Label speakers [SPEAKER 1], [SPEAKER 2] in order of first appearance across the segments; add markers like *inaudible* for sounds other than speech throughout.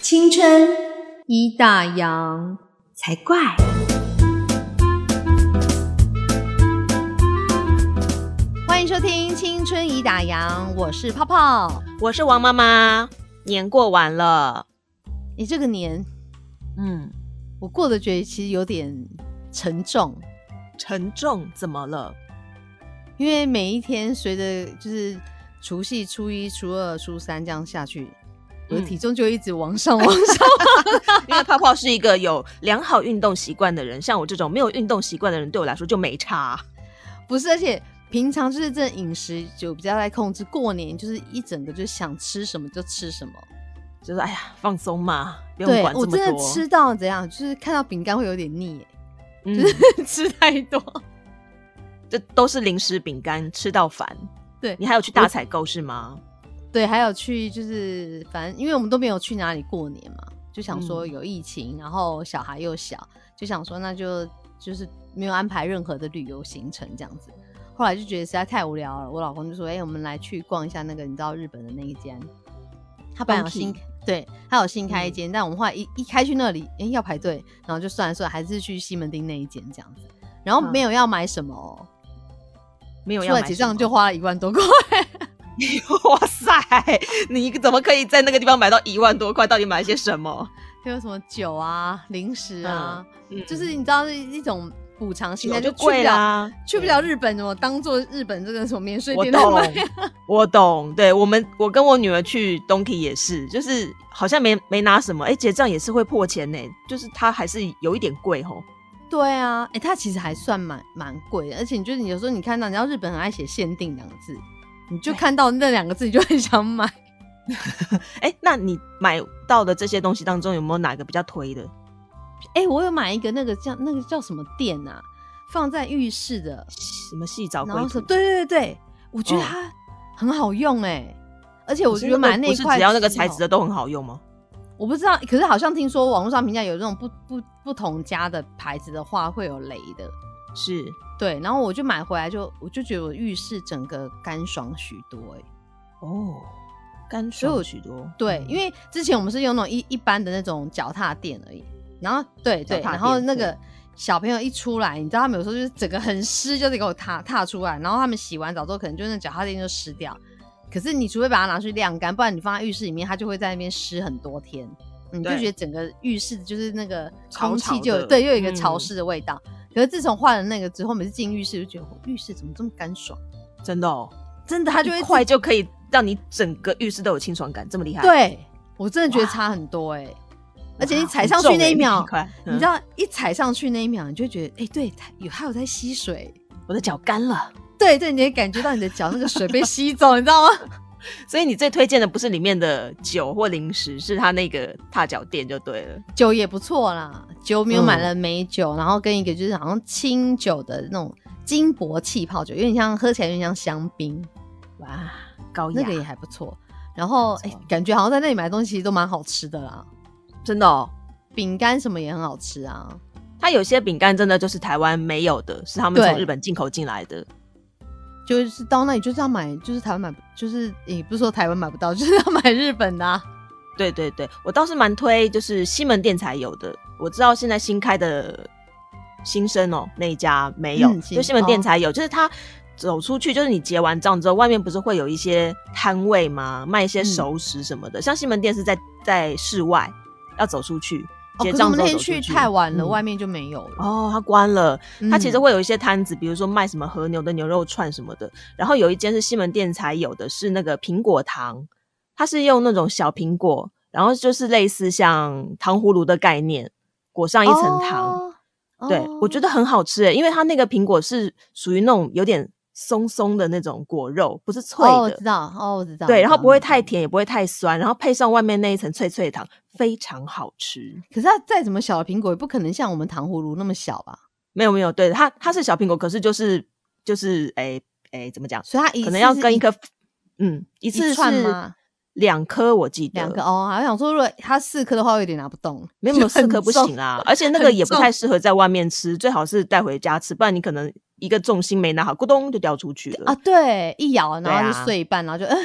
[SPEAKER 1] 青春
[SPEAKER 2] 一大洋。
[SPEAKER 1] 才怪。
[SPEAKER 2] 欢迎收听《青春已打烊》，我是泡泡。
[SPEAKER 3] 我是王妈妈，年过完了，
[SPEAKER 2] 你这个年，
[SPEAKER 3] 嗯，
[SPEAKER 2] 我过得觉得其实有点沉重，
[SPEAKER 3] 沉重怎么了？
[SPEAKER 2] 因为每一天随着就是除夕、初一、初二、初三这样下去，我的
[SPEAKER 3] 嗯
[SPEAKER 2] 体重就一直往上 *laughs* 往上。
[SPEAKER 3] 因为泡泡是一个有良好运动习惯的人，像我这种没有运动习惯的人，对我来说就没差。
[SPEAKER 2] 不是，而且平常就是这饮食就比较在控制，过年就是一整个就想吃什么就吃什么。
[SPEAKER 3] 就是哎呀，放松嘛，不用
[SPEAKER 2] 对
[SPEAKER 3] 管这
[SPEAKER 2] 我
[SPEAKER 3] 么多。
[SPEAKER 2] 真的吃到怎样，就是看到饼干会有点
[SPEAKER 3] *laughs*
[SPEAKER 2] 腻耶，
[SPEAKER 3] 嗯，
[SPEAKER 2] 吃太多。
[SPEAKER 3] 这都是零食饼干，吃到烦。
[SPEAKER 2] 对
[SPEAKER 3] 你还有去大采购是吗？
[SPEAKER 2] 对，还有去就是反正因为我们都没有去哪里过年嘛，就想说有疫情，然后小孩又小，就想说那就就是没有安排任何的旅游行程这样子。后来就觉得实在太无聊了，我老公就说：“哎、我们来去逛一下那个你知道日本的那一间，他本来有
[SPEAKER 3] Donki
[SPEAKER 2] 新对，他有新开一间，但我们后来一一开去那里，哎、要排队，然后就算了算了，还是去西门町那一间这样子。然后
[SPEAKER 3] 嗯
[SPEAKER 2] 没有要买什么、哦，
[SPEAKER 3] 没有
[SPEAKER 2] 出
[SPEAKER 3] 要
[SPEAKER 2] 来
[SPEAKER 3] 买
[SPEAKER 2] 结
[SPEAKER 3] 什么
[SPEAKER 2] 账就。花了一万多块。”
[SPEAKER 3] *laughs*
[SPEAKER 2] *laughs*
[SPEAKER 3] 哇塞，你怎么可以在那个地方买到一万多块？到底买了些什么？
[SPEAKER 2] 还有什么酒啊、零食啊，
[SPEAKER 3] 嗯嗯
[SPEAKER 2] 就是你知道是一种补偿心态，就
[SPEAKER 3] 酒就
[SPEAKER 2] 去不
[SPEAKER 3] 贵
[SPEAKER 2] 了
[SPEAKER 3] 啦。
[SPEAKER 2] 去不了日本，我当做日本这个什么免税
[SPEAKER 3] 我
[SPEAKER 2] 店来买 *laughs*
[SPEAKER 3] 懂，我懂。对我们，我跟我女儿去 Donkey 也是，就是好像没没拿什么，哎、结账也是会破钱呢、就是它还是有一点贵吼。
[SPEAKER 2] 对啊，哎、它其实还算蛮蛮贵的，而且你就是你有时候你看到，你知道日本很爱写限定两个字，你就
[SPEAKER 3] 对
[SPEAKER 2] 看到那两个字你就很想买。 *laughs*
[SPEAKER 3] 哎、那你买到的这些东西当中，有没有哪个比较推的？
[SPEAKER 2] 哎、我有买一个那个叫那个叫什么店啊，放在浴室的，
[SPEAKER 3] 什么细藻
[SPEAKER 2] 然
[SPEAKER 3] 龟
[SPEAKER 2] 后是？
[SPEAKER 3] 兔
[SPEAKER 2] 对对对对，我觉得
[SPEAKER 3] 嗯
[SPEAKER 2] 它很好用哎、而且我
[SPEAKER 3] 可是
[SPEAKER 2] 觉得
[SPEAKER 3] 那
[SPEAKER 2] 买
[SPEAKER 3] 个
[SPEAKER 2] 那
[SPEAKER 3] 不
[SPEAKER 2] 一
[SPEAKER 3] 是
[SPEAKER 2] 块哦
[SPEAKER 3] 只要那个
[SPEAKER 2] 石
[SPEAKER 3] 材
[SPEAKER 2] 头
[SPEAKER 3] 质的都很好用吗？
[SPEAKER 2] 我不知道，可是好像听说网络上评价有这种不不不同家的牌子的话会有雷的，
[SPEAKER 3] 是，
[SPEAKER 2] 对。然后我就买回来就我就觉得我浴室整个干爽许多、欸，
[SPEAKER 3] 哦，干
[SPEAKER 2] 所以我
[SPEAKER 3] 爽许多。嗯
[SPEAKER 2] 对，因为之前我们是用那种一一般的那种脚踏垫而已，然后对对，
[SPEAKER 3] 脚踏
[SPEAKER 2] 然后
[SPEAKER 3] 垫
[SPEAKER 2] 那个小朋友一出来，你知道他们有时候就是整个很湿，就得给我踏踏出来，然后他们洗完澡之后，可能就那脚踏垫就湿掉。可是你除非把它拿去晾干，不然你放在浴室里面，它就会在那边湿很多天。你就
[SPEAKER 3] 对
[SPEAKER 2] 觉得整个浴室就是那个
[SPEAKER 3] 潮
[SPEAKER 2] 空气
[SPEAKER 3] 潮
[SPEAKER 2] 就有
[SPEAKER 3] 的
[SPEAKER 2] 对，又有一个
[SPEAKER 3] 嗯
[SPEAKER 2] 潮湿的味道。可是自从换了那个之后，每次进浴室就觉得哦浴室怎么这么干爽？
[SPEAKER 3] 真的哦，
[SPEAKER 2] 真的，它就会
[SPEAKER 3] 一
[SPEAKER 2] 自
[SPEAKER 3] 块就可以让你整个浴室都有清爽感，这么厉害？哇，
[SPEAKER 2] 对我真的觉得差很多哎、而且你踩上
[SPEAKER 3] 欸
[SPEAKER 2] 去那一秒，你知
[SPEAKER 3] 道
[SPEAKER 2] 道一踩上去那一秒，你就觉得哎、对，它有它有在吸水，
[SPEAKER 3] 我的脚干了。
[SPEAKER 2] 对对，你也感觉到你的脚那个水被吸走，你知道吗？ *laughs*
[SPEAKER 3] 所以你最推荐的不是里面的酒或零食，是它那个踏脚垫就对了。
[SPEAKER 2] 酒也不错啦，酒没有买
[SPEAKER 3] 嗯
[SPEAKER 2] 了美酒，然后跟一个就是好像清酒的那种金箔气泡酒，有点像喝起来有点像香槟，
[SPEAKER 3] 哇，高雅，
[SPEAKER 2] 那个也还不错。然后哎、
[SPEAKER 3] 没错
[SPEAKER 2] 感觉好像在那里买的东西其实都蛮好吃的啦，
[SPEAKER 3] 真的哦。
[SPEAKER 2] 饼干什么也很好吃啊。
[SPEAKER 3] 它有些饼干真的就是台湾没有的，是他们
[SPEAKER 2] 对
[SPEAKER 3] 从日本进口进来的。
[SPEAKER 2] 就是到那里就是要买，就是台湾买不，就是也不是说台湾买不到， *laughs* 就是要买日本的、啊。
[SPEAKER 3] 对对对，我倒是蛮推，就是西门店才有的。我知道现在新开的新生哦那一家没有，
[SPEAKER 2] 嗯新
[SPEAKER 3] 就西门店才有，就是它。走出去就是你结完账之后，外面不是会有一些摊位吗？卖
[SPEAKER 2] 嗯
[SPEAKER 3] 一些熟食什么的。像西门店是在在室外，要走出去
[SPEAKER 2] 哦，
[SPEAKER 3] 结
[SPEAKER 2] 可是我
[SPEAKER 3] 账
[SPEAKER 2] 们
[SPEAKER 3] 之
[SPEAKER 2] 那
[SPEAKER 3] 后
[SPEAKER 2] 天
[SPEAKER 3] 走出
[SPEAKER 2] 去太晚了，
[SPEAKER 3] 嗯
[SPEAKER 2] 外面就没有了。
[SPEAKER 3] 哦，它关了。
[SPEAKER 2] 嗯
[SPEAKER 3] 它其实会有一些摊子，比如说卖什么和牛的牛肉串什么的。然后有一间是西门店才有的，是那个苹果糖，它是用那种小苹果，然后就是类似像糖葫芦的概念，裹上一层糖。
[SPEAKER 2] 哦
[SPEAKER 3] 对，我觉得很好吃诶，欸因为它那个苹果是属于那种有点松松的那种果肉，不是脆
[SPEAKER 2] 哦，我
[SPEAKER 3] 的
[SPEAKER 2] 知。道，哦，我知道。
[SPEAKER 3] 对，
[SPEAKER 2] 我
[SPEAKER 3] 然后
[SPEAKER 2] 知道
[SPEAKER 3] 不会太。甜，也不会太酸，然后配上外面那一层脆脆糖，非常好吃。
[SPEAKER 2] 可是它再怎么小的苹果，也不可能像我们糖葫芦那么小吧？
[SPEAKER 3] 没有没有，对它它是小苹果，可是就是就是诶诶，怎么讲？
[SPEAKER 2] 所以它一
[SPEAKER 3] 可
[SPEAKER 2] 次
[SPEAKER 3] 能要
[SPEAKER 2] 是
[SPEAKER 3] 跟
[SPEAKER 2] 一
[SPEAKER 3] 一颗，嗯，一次
[SPEAKER 2] 串
[SPEAKER 3] 是
[SPEAKER 2] 吗
[SPEAKER 3] 两颗，我记得
[SPEAKER 2] 两颗，哦。还想说，如果它四颗的话，我有点拿不动。
[SPEAKER 3] 没有没有
[SPEAKER 2] 就很
[SPEAKER 3] 四颗不行
[SPEAKER 2] 重
[SPEAKER 3] 啦，而且那个
[SPEAKER 2] 很
[SPEAKER 3] 也不
[SPEAKER 2] 重
[SPEAKER 3] 太适合在外面吃，最好是带回家吃，不然你可能一个
[SPEAKER 2] 哦
[SPEAKER 3] 重心没拿好，咕咚就掉出去了
[SPEAKER 2] 啊！。对，一咬然
[SPEAKER 3] 对
[SPEAKER 2] 后就
[SPEAKER 3] 啊
[SPEAKER 2] 碎一半，然后就嗯，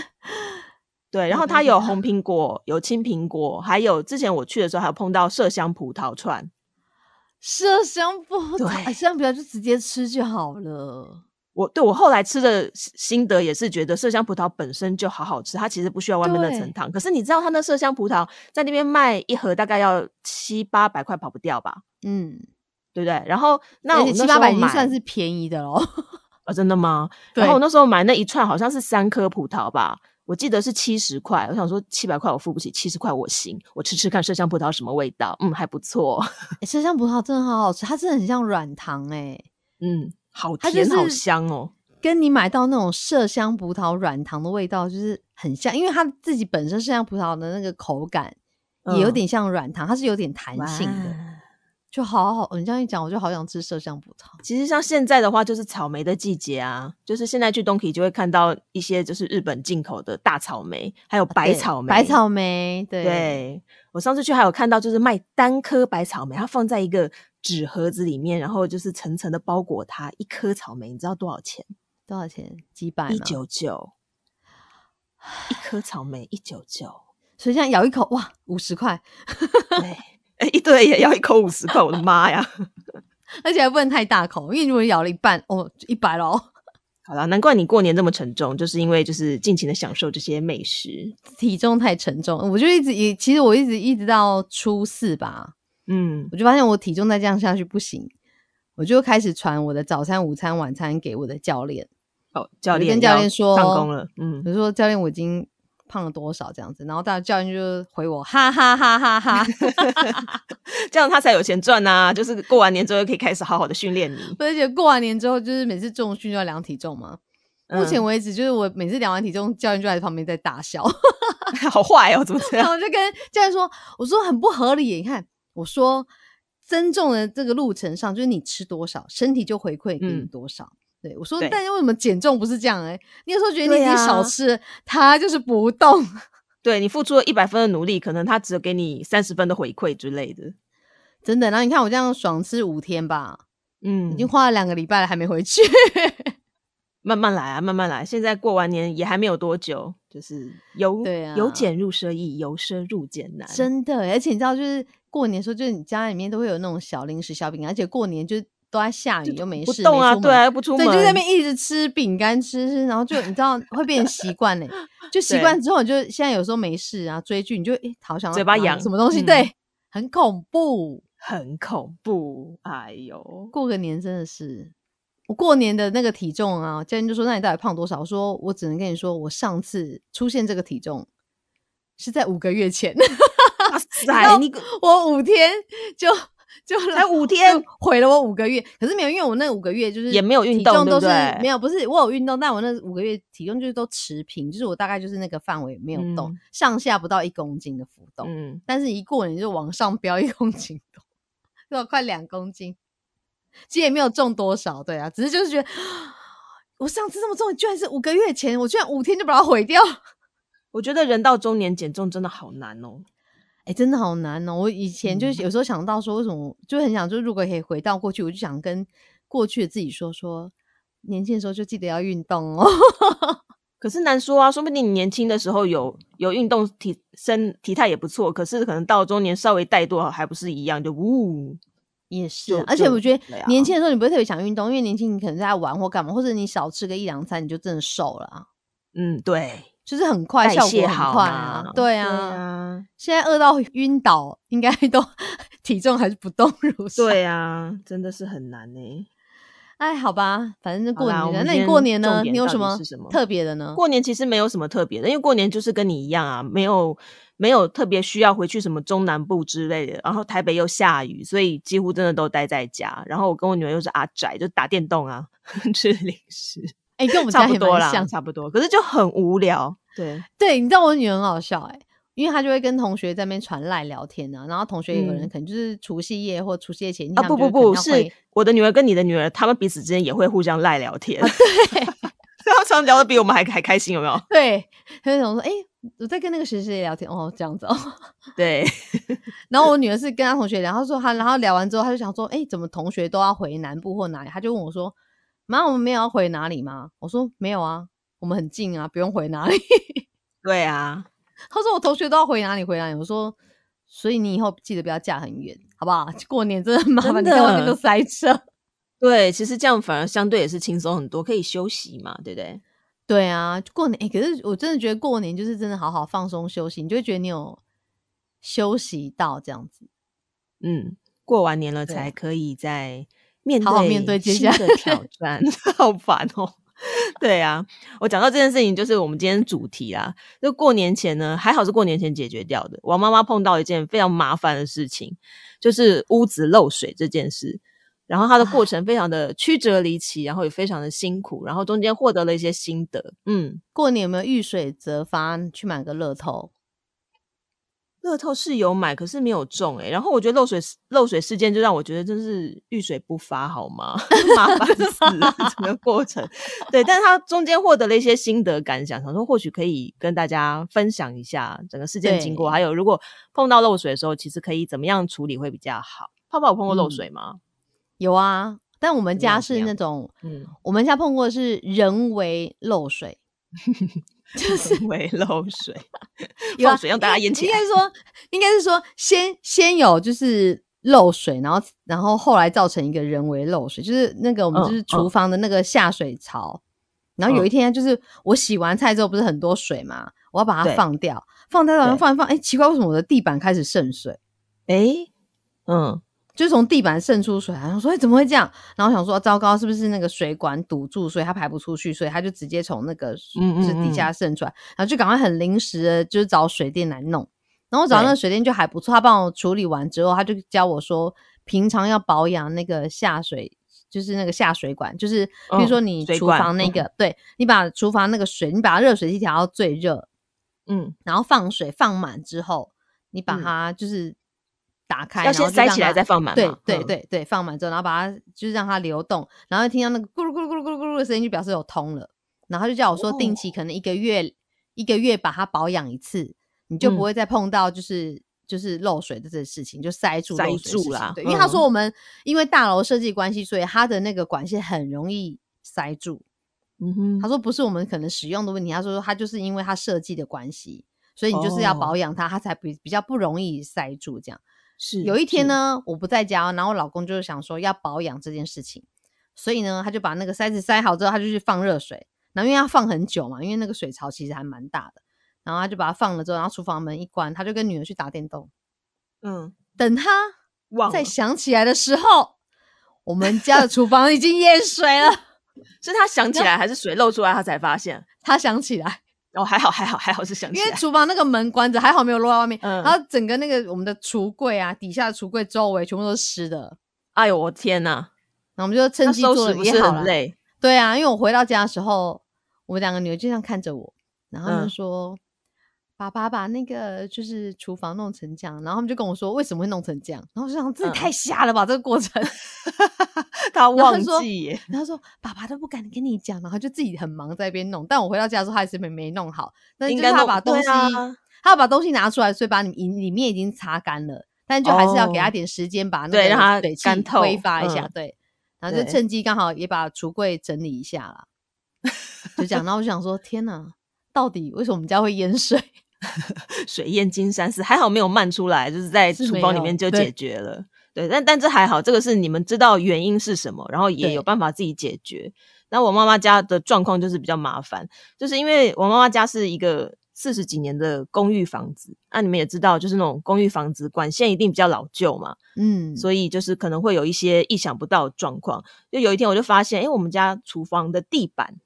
[SPEAKER 3] 对，然后它有红苹果，有青苹果，还有之前我去的时候还有碰到麝香葡萄串，
[SPEAKER 2] 麝香葡萄，
[SPEAKER 3] 对
[SPEAKER 2] 哎麝香葡萄就直接吃就好了。
[SPEAKER 3] 我对我后来吃的心心得也是觉得麝香葡萄本身就好好吃，它其实不需要外面那层
[SPEAKER 2] 对
[SPEAKER 3] 糖。可是你知道它那麝香葡萄在那边卖一盒大概要七八百块，跑不掉吧？
[SPEAKER 2] 嗯，
[SPEAKER 3] 对不对？然后那
[SPEAKER 2] 而
[SPEAKER 3] 我
[SPEAKER 2] 且
[SPEAKER 3] 那
[SPEAKER 2] 七
[SPEAKER 3] 时
[SPEAKER 2] 八
[SPEAKER 3] 候
[SPEAKER 2] 百已经
[SPEAKER 3] 买
[SPEAKER 2] 算是便宜的
[SPEAKER 3] *laughs*
[SPEAKER 2] 喽。
[SPEAKER 3] 哦，真的吗？
[SPEAKER 2] 对
[SPEAKER 3] 然后我那时候买那一串好像是三颗葡萄吧，我记得是七十块。我想说七百块我付不起，七十块我行，我吃吃看麝香葡萄什么味道，嗯，还不错，
[SPEAKER 2] 欸麝香葡萄真的好好吃，它真的很像软糖哎、
[SPEAKER 3] 嗯，好
[SPEAKER 2] 它就
[SPEAKER 3] 甜好
[SPEAKER 2] 是
[SPEAKER 3] 香哦。
[SPEAKER 2] 跟你买到那种麝香葡萄软糖的味道就是很像，因为它自己本身麝香葡萄的那个口感也有
[SPEAKER 3] 嗯
[SPEAKER 2] 点像软糖，它是有点弹性的，
[SPEAKER 3] 哇
[SPEAKER 2] 就好好。你这样一讲，我就好想吃麝香葡萄。
[SPEAKER 3] 其实像现在的话，就是草莓的季节啊，就是现在去东体就会看到一些就是日本进口的大草莓，还有白
[SPEAKER 2] 啊对
[SPEAKER 3] 草莓，
[SPEAKER 2] 白草莓，对，
[SPEAKER 3] 对我上次去还有看到，就是卖单颗白草莓，它放在一个纸盒子里面，然后就是层层的包裹它，一颗草莓，你知道多少钱？
[SPEAKER 2] 多少钱？几百
[SPEAKER 3] 一
[SPEAKER 2] 嘛。*sighs*
[SPEAKER 3] 九九，一颗草莓一九
[SPEAKER 2] *laughs*
[SPEAKER 3] 九，
[SPEAKER 2] 所以这样咬一口，哇，五十块，
[SPEAKER 3] 对，哎一对也要一口五十块，我的妈呀！ *laughs*
[SPEAKER 2] 而且还不能太大口，因为如果咬了一半，哦，一百喽，
[SPEAKER 3] 好啦，难怪你过年这么沉重，就是因为就是尽情的享受这些美食。
[SPEAKER 2] 体重太沉重。我就一直也，其实我一直一直到初四吧，
[SPEAKER 3] 嗯，
[SPEAKER 2] 我就发现我体重再这样下去不行，我就开始传我的早餐、午餐、晚餐给我的教练。
[SPEAKER 3] 哦，教
[SPEAKER 2] 我就
[SPEAKER 3] 练
[SPEAKER 2] 跟教
[SPEAKER 3] 要
[SPEAKER 2] 练说
[SPEAKER 3] 上工了，嗯
[SPEAKER 2] 我，就说教练，我已经胖了多少这样子，然后大教练就回我哈哈哈哈
[SPEAKER 3] *laughs*
[SPEAKER 2] 哈，
[SPEAKER 3] 这样他才有钱赚呐、就是过完年之后可以开始好好的训练你。
[SPEAKER 2] 而且过完年之后就是每次重训就要量体重嘛。目前
[SPEAKER 3] 嗯、
[SPEAKER 2] 为止，就是我每次量完体重，教练就在旁边在大笑，
[SPEAKER 3] *laughs* 好坏哦，怎么这
[SPEAKER 2] 然
[SPEAKER 3] 样？ *laughs*
[SPEAKER 2] 后我就跟教练说：“我说很不合理耶，你看，我说增重的这个路程上，就是你吃多少，身体就回馈给你
[SPEAKER 3] 嗯
[SPEAKER 2] 多少。对我说，
[SPEAKER 3] 对
[SPEAKER 2] 但是为什么减重不是这样、欸？哎，你有时候觉得你
[SPEAKER 3] 对
[SPEAKER 2] 已经少
[SPEAKER 3] 啊
[SPEAKER 2] 吃，它就是不动。 *laughs*
[SPEAKER 3] 对你付出了一百分的努力，可能他只有给你三十分的回馈之类的。
[SPEAKER 2] 真的，然后你看我这样爽吃五天吧，
[SPEAKER 3] 嗯，
[SPEAKER 2] 已经花了两个礼拜了，还没回
[SPEAKER 3] *laughs*
[SPEAKER 2] 去。
[SPEAKER 3] 慢慢来啊，慢慢来。现在过完年也还没有多久，就是由
[SPEAKER 2] 对啊
[SPEAKER 3] 由俭入奢易，由奢入俭难。
[SPEAKER 2] 真的欸，而且你知道，就是过年的时候，就是你家里面都会有那种小零食、小饼干，而且过年就都在下雨，又没
[SPEAKER 3] 不
[SPEAKER 2] 事，
[SPEAKER 3] 动
[SPEAKER 2] 没
[SPEAKER 3] 啊，
[SPEAKER 2] 出
[SPEAKER 3] 对
[SPEAKER 2] 门
[SPEAKER 3] 啊，又不出
[SPEAKER 2] 对，
[SPEAKER 3] 门，
[SPEAKER 2] 就在那边一直吃饼干吃吃，然后就你知
[SPEAKER 3] *laughs*
[SPEAKER 2] 道会变成习惯嘞，就习惯之后，你就现在有时候没事啊追剧，你就诶好想要
[SPEAKER 3] 嘴巴
[SPEAKER 2] 拿
[SPEAKER 3] 痒
[SPEAKER 2] 什么东西，
[SPEAKER 3] 嗯
[SPEAKER 2] 对，很恐怖。
[SPEAKER 3] 很恐怖。哎呦，
[SPEAKER 2] 过个年真的是，我过年的那个体重啊，教练就说那你到底胖多少？我说我只能跟你说，我上次出现这个体重是在五个月前， *laughs*
[SPEAKER 3] 哇
[SPEAKER 1] *laughs*
[SPEAKER 3] 塞，
[SPEAKER 2] 道
[SPEAKER 3] 你
[SPEAKER 2] 我五天就就
[SPEAKER 3] 才五天
[SPEAKER 2] 就 *laughs* 毁了我五个月。可是没有，因为我那五个月就是
[SPEAKER 3] 也没有运
[SPEAKER 2] 体
[SPEAKER 3] 动
[SPEAKER 2] 重
[SPEAKER 3] 对
[SPEAKER 2] 都
[SPEAKER 3] 不
[SPEAKER 2] 是
[SPEAKER 3] 对
[SPEAKER 2] 没有，不是我有运动，但我那五个月体重就是都持平，就是我大概就是那个范围没有动，
[SPEAKER 3] 嗯
[SPEAKER 2] 上下不到一公斤的浮动。
[SPEAKER 3] 嗯，
[SPEAKER 2] 但是一过年就往上飙一公斤多，对吧？快两公斤，其实也没有重多少，对啊，只是就是觉得 *gasps* 我上次这么重，居然是五个月前，我居然五天就把它毁掉，
[SPEAKER 3] 我觉得人到中年减重真的好难哦。
[SPEAKER 2] 哎、真的好难哦。我以前就是
[SPEAKER 3] 嗯
[SPEAKER 2] 有时候想到说，为什么就很想，就如果可以回到过去，我就想跟过去的自己说说。年轻的时候就记得要运动哦， *laughs*
[SPEAKER 3] 可是难说啊，说不定你年轻的时候有有运动体身体态也不错，可是可能到了中年稍微怠惰，还不是一样就呜。
[SPEAKER 2] 也是啊
[SPEAKER 3] 就。
[SPEAKER 2] 而且
[SPEAKER 3] 就
[SPEAKER 2] 我觉
[SPEAKER 3] 对
[SPEAKER 2] 得
[SPEAKER 3] 啊
[SPEAKER 2] 年轻的时候你不会特别想运动，因为年轻你可能在玩或干嘛，或者你少吃个一两餐，你就真的瘦了、啊。
[SPEAKER 3] 嗯，对，
[SPEAKER 2] 就是很快，
[SPEAKER 3] 代
[SPEAKER 2] 效
[SPEAKER 3] 谢
[SPEAKER 2] 果
[SPEAKER 3] 好
[SPEAKER 2] 很快啊
[SPEAKER 3] 嘛，
[SPEAKER 2] 对
[SPEAKER 3] 对
[SPEAKER 2] 啊，
[SPEAKER 3] 啊，
[SPEAKER 2] 现在饿到晕倒，应该都 *laughs* 体重还是不动如山。，
[SPEAKER 3] 对啊，真的是很难呢、欸
[SPEAKER 2] 哎，好吧，反正
[SPEAKER 3] 好
[SPEAKER 2] 过
[SPEAKER 3] 啦我
[SPEAKER 2] 年
[SPEAKER 3] 们
[SPEAKER 2] 了，那
[SPEAKER 3] 今
[SPEAKER 2] 你
[SPEAKER 3] 天
[SPEAKER 2] 过年
[SPEAKER 3] 重
[SPEAKER 2] 呢？
[SPEAKER 3] 点
[SPEAKER 2] 你有
[SPEAKER 3] 到
[SPEAKER 2] 什
[SPEAKER 3] 底
[SPEAKER 2] 么
[SPEAKER 3] 是什么
[SPEAKER 2] 特别的呢？
[SPEAKER 3] 过年其实没有什么特别的，因为过年就是跟你一样啊，没有没有特别需要回去什么中南部之类的。然后台北又下雨，所以几乎真的都待在家。然后我跟我女儿又是阿宅，就打电动啊， *laughs* 吃零食，
[SPEAKER 2] 哎、跟我们
[SPEAKER 3] 差
[SPEAKER 2] 家
[SPEAKER 3] 不
[SPEAKER 2] 也
[SPEAKER 3] 多啦
[SPEAKER 2] 蛮，像。
[SPEAKER 3] 差不多。可是就很无聊，啊对，
[SPEAKER 2] 对，你知道我女儿很好笑哎、因为她就会跟同学在那边传赖聊天啊，然后同学有个人
[SPEAKER 3] 嗯
[SPEAKER 2] 可能就是除夕夜或除夕夜前一天
[SPEAKER 3] 啊
[SPEAKER 2] 他
[SPEAKER 3] 不
[SPEAKER 2] 们就
[SPEAKER 3] 不
[SPEAKER 2] 可能
[SPEAKER 3] 不，
[SPEAKER 2] 要
[SPEAKER 3] 是
[SPEAKER 2] 回
[SPEAKER 3] 我的女儿跟你的女儿，她们彼此之间也会互相赖聊 *laughs* 天，她们常常聊的比我们还还开心，有没有？
[SPEAKER 2] 对，她就想说，哎、我在跟那个谁谁聊天哦，这样子哦。
[SPEAKER 3] *laughs*
[SPEAKER 2] *laughs*
[SPEAKER 3] 对，
[SPEAKER 2] 然后我女儿是跟她同学聊，她说她，然后聊完之后，她就想说，哎、怎么同学都要回南部或哪里？她就问我说，妈，我们没有要回哪里吗？我说没有啊，我们很近啊，不用回哪里。 *laughs*
[SPEAKER 3] 对啊，
[SPEAKER 2] 他说我同学都要回哪里回哪里，我说，所以你以后记得不要嫁很远，好不好？ *laughs* 过年真的很麻烦，
[SPEAKER 3] 真
[SPEAKER 2] 你
[SPEAKER 3] 的
[SPEAKER 2] 在外面都塞车。
[SPEAKER 3] 对，其实这样反而相对也是轻松很多，可以休息嘛，对不对？
[SPEAKER 2] 对啊，过年、欸可是我真的觉得过年就是真的好好放松休息，你就会觉得你有休息到这样子。
[SPEAKER 3] 嗯，过完年了
[SPEAKER 2] 对
[SPEAKER 3] 才可以再面对
[SPEAKER 2] 好好面对接下
[SPEAKER 3] 新的挑
[SPEAKER 2] *laughs*
[SPEAKER 3] 战，好烦哦。对啊，我讲到这件事情，就是我们今天主题啊，就过年前呢，还好是过年前解决掉的。王妈妈碰到一件非常麻烦的事情，就是屋子漏水这件事。然后它的
[SPEAKER 2] 啊
[SPEAKER 3] 过程非常的曲折离奇，然后也非常的辛苦，然后中间获得了一些心得。嗯，
[SPEAKER 2] 过年有没有遇水则发？去买个乐透？
[SPEAKER 3] 乐透是有买，可是没有中诶、然后我觉得漏水漏水事件就让我觉得真是遇水不发，好吗？ *laughs* 麻烦死了，整个过程。对，但是他中间获得了一些心得感想，想说或许可以跟大家分享一下整个事件经过，
[SPEAKER 2] 对
[SPEAKER 3] 还有如果碰到漏水的时候，其实可以怎么样处理会比较好。泡泡有碰过漏
[SPEAKER 2] 嗯
[SPEAKER 3] 水吗？
[SPEAKER 2] 有啊，但我们
[SPEAKER 3] 怎么
[SPEAKER 2] 家
[SPEAKER 3] 样怎
[SPEAKER 2] 是啊
[SPEAKER 3] 么样
[SPEAKER 2] 那种，
[SPEAKER 3] 嗯，
[SPEAKER 2] 我们家碰过的是人为漏水，
[SPEAKER 3] 就是为
[SPEAKER 2] *laughs*
[SPEAKER 3] 漏水，
[SPEAKER 2] 有啊
[SPEAKER 3] 漏水让大家淹起
[SPEAKER 2] 应
[SPEAKER 3] 来
[SPEAKER 2] 该。说，应该是说先先有就是漏水，然后然后后来造成一个人为漏水，就是那个我们
[SPEAKER 3] 嗯
[SPEAKER 2] 就是
[SPEAKER 3] 嗯
[SPEAKER 2] 厨房的那个下水槽。然后有一天就是我洗完菜之后不是很多水嘛，我要把它
[SPEAKER 3] 对
[SPEAKER 2] 放掉，放掉然后
[SPEAKER 3] 对
[SPEAKER 2] 放一放，哎，奇怪，为什么我的地板开始渗水？
[SPEAKER 3] 诶，嗯，
[SPEAKER 2] 就是从地板渗出水，然后说、哎怎么会这样？然后想说哦糟糕，是不是那个水管堵住，所以它排不出去，所以它就直接从那个
[SPEAKER 3] 嗯嗯
[SPEAKER 2] 就是底下渗出来，然后就赶快很临时的，就是找水电来弄。然后我找到那个水电就还不错，他帮我处理完之后，他就教我说，平常要保养那个下水，就是那个下水管，就是比如
[SPEAKER 3] 嗯
[SPEAKER 2] 说你
[SPEAKER 3] 水
[SPEAKER 2] 厨
[SPEAKER 3] 管
[SPEAKER 2] 房那
[SPEAKER 3] 嗯
[SPEAKER 2] 个，对你把厨房那个水，你把热水器调到最热，
[SPEAKER 3] 嗯，
[SPEAKER 2] 然后放水放满之后，你把
[SPEAKER 3] 嗯
[SPEAKER 2] 它就是打开，
[SPEAKER 3] 要
[SPEAKER 2] 然后
[SPEAKER 3] 先
[SPEAKER 2] 就
[SPEAKER 3] 塞
[SPEAKER 2] 让
[SPEAKER 3] 起来
[SPEAKER 2] 它
[SPEAKER 3] 再放满
[SPEAKER 2] 对
[SPEAKER 3] 嘛。
[SPEAKER 2] 对
[SPEAKER 3] 嗯，
[SPEAKER 2] 对对，放满之后，然后把它就是让它流动，然后听到那个咕噜咕噜咕噜咕噜咕噜的声音，就表示有通了。然后他就叫我说，
[SPEAKER 3] 哦
[SPEAKER 2] 定期可能一个月、一个月把它保养一次，你就
[SPEAKER 3] 嗯
[SPEAKER 2] 不会再碰到就是。就是漏水的这个事情，就塞住
[SPEAKER 3] 塞
[SPEAKER 2] 漏水的
[SPEAKER 3] 住
[SPEAKER 2] 事情
[SPEAKER 3] 啦
[SPEAKER 2] 对，因为他
[SPEAKER 3] 嗯
[SPEAKER 2] 说我们因为大楼设计关系，所以它的那个管线很容易塞住。
[SPEAKER 3] 嗯哼
[SPEAKER 2] 他，说不是我们可能使用的问题，他说他就是因为他设计的关系，所以你就是要
[SPEAKER 3] 哦
[SPEAKER 2] 保养它，它才比比较不容易塞住。这样
[SPEAKER 3] 是
[SPEAKER 2] 有一天
[SPEAKER 3] 是
[SPEAKER 2] 呢，我不在家哦，然后我老公就是想说要保养这件事情，所以呢，他就把那个塞子塞好之后，他就去放热水。然后因为他放很久嘛，因为那个水槽其实还蛮大的，然后他就把它放了之后，然后厨房门一关，他就跟女儿去打电动。
[SPEAKER 3] 嗯，
[SPEAKER 2] 等他
[SPEAKER 3] 忘
[SPEAKER 2] 再
[SPEAKER 3] 了，
[SPEAKER 2] 想起来的时候，我们家的厨房已经淹水了。
[SPEAKER 3] 是他想起来还是水漏出来，他才发现？
[SPEAKER 2] 他想起来，
[SPEAKER 3] 哦，还好，还好，还好是想起
[SPEAKER 2] 因为
[SPEAKER 3] 来。
[SPEAKER 2] 厨房那个门关着，还好没有落在外面。
[SPEAKER 3] 嗯
[SPEAKER 2] 然后整个那个我们的橱柜啊，底下的橱柜周围全部都是湿的。
[SPEAKER 3] 哎呦，我天哪！
[SPEAKER 2] 然后我们就趁
[SPEAKER 3] 那
[SPEAKER 2] 机
[SPEAKER 3] 收
[SPEAKER 2] 做
[SPEAKER 3] 拾
[SPEAKER 2] 了
[SPEAKER 3] 不
[SPEAKER 2] 也
[SPEAKER 3] 是
[SPEAKER 2] 好
[SPEAKER 3] 很
[SPEAKER 2] 了。
[SPEAKER 3] 累？
[SPEAKER 2] 对啊，因为我回到家的时候，我们两个女儿就这样看着我，然后他们
[SPEAKER 3] 嗯
[SPEAKER 2] 就说：“爸爸把那个就是厨房弄成这样。”然后他们就跟我说：“为什么会弄成这样？”然后我就想自己
[SPEAKER 3] 嗯
[SPEAKER 2] 太瞎了吧，这个过
[SPEAKER 3] *laughs*
[SPEAKER 2] 程。
[SPEAKER 3] 他
[SPEAKER 2] 然后
[SPEAKER 3] 忘
[SPEAKER 2] 他说
[SPEAKER 3] 记耶。
[SPEAKER 2] 然后说爸爸都不敢跟你讲，然后就自己很忙在那边弄。但我回到家的时候，他还是没没弄好，但是
[SPEAKER 3] 应
[SPEAKER 2] 就
[SPEAKER 3] 该
[SPEAKER 2] 是他
[SPEAKER 3] 弄
[SPEAKER 2] 把东
[SPEAKER 3] 对
[SPEAKER 2] 西，
[SPEAKER 3] 啊
[SPEAKER 2] 他要把东西拿出来，所以把你里面已经擦干了，但就还是要给他
[SPEAKER 3] 哦
[SPEAKER 2] 点时间把那
[SPEAKER 3] 对让
[SPEAKER 2] 个
[SPEAKER 3] 它
[SPEAKER 2] 水
[SPEAKER 3] 干
[SPEAKER 2] 汽
[SPEAKER 3] 透
[SPEAKER 2] 挥发一下，
[SPEAKER 3] 嗯
[SPEAKER 2] 对。然后就
[SPEAKER 3] 对
[SPEAKER 2] 趁机刚好也把橱柜整理一下啦，就这样。然后我就想说，天哪，到底为什么我们家会淹水？
[SPEAKER 3] 水淹金山寺，还好没有漫出来，就是在
[SPEAKER 2] 是
[SPEAKER 3] 厨
[SPEAKER 2] 没
[SPEAKER 3] 房里
[SPEAKER 2] 有
[SPEAKER 3] 面就
[SPEAKER 2] 对
[SPEAKER 3] 解决了。对，但但这还好，这个是你们知道原因是什么，然后也
[SPEAKER 2] 对
[SPEAKER 3] 有办法自己解决。那我妈妈家的状况就是比较麻烦，就是因为我妈妈家是一个四十几年的公寓房子，那你们也知道，就是那种公寓房子管线一定比较老旧嘛，
[SPEAKER 2] 嗯，
[SPEAKER 3] 所以就是可能会有一些意想不到的状况。就有一天我就发现，哎、我们家厨房的地板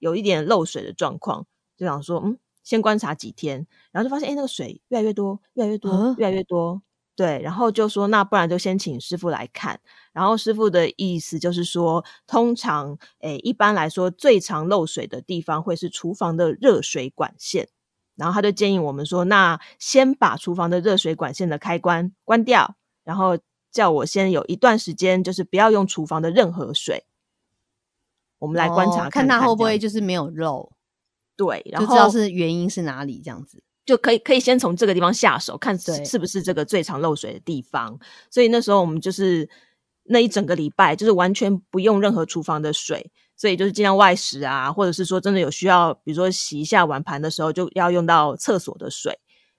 [SPEAKER 3] 有一点漏水的状况，就想说，嗯，先观察几天，然后就发现，哎、那个水越来越多，越来越多，
[SPEAKER 2] 啊
[SPEAKER 3] 越来越多。对，然后就说那不然就先请师傅来看。然后师傅的意思就是说，通常，诶，一般来说最常漏水的地方会是厨房的热水管线。然后他就建议我们说，那先把厨房的热水管线的开关关掉，然后叫我先有一段时间，就是不要用厨房的任何水。我们来观察
[SPEAKER 2] 哦
[SPEAKER 3] 看
[SPEAKER 2] 看它会不
[SPEAKER 3] 这
[SPEAKER 2] 会
[SPEAKER 3] 样
[SPEAKER 2] 就是没有漏，
[SPEAKER 3] 对，
[SPEAKER 2] 就
[SPEAKER 3] 然
[SPEAKER 2] 知
[SPEAKER 3] 后
[SPEAKER 2] 道是原因是哪里这样子。
[SPEAKER 3] 就可以可以先从这个地方下手，看
[SPEAKER 2] 对
[SPEAKER 3] 是是不是这个最常漏水的地方。所以那时候我们就是那一整个礼拜，就是完全不用任何厨房的水，所以就是尽量外食啊，或者是说真的有需要，比如说洗一下碗盘的时候，就要用到厕所的水。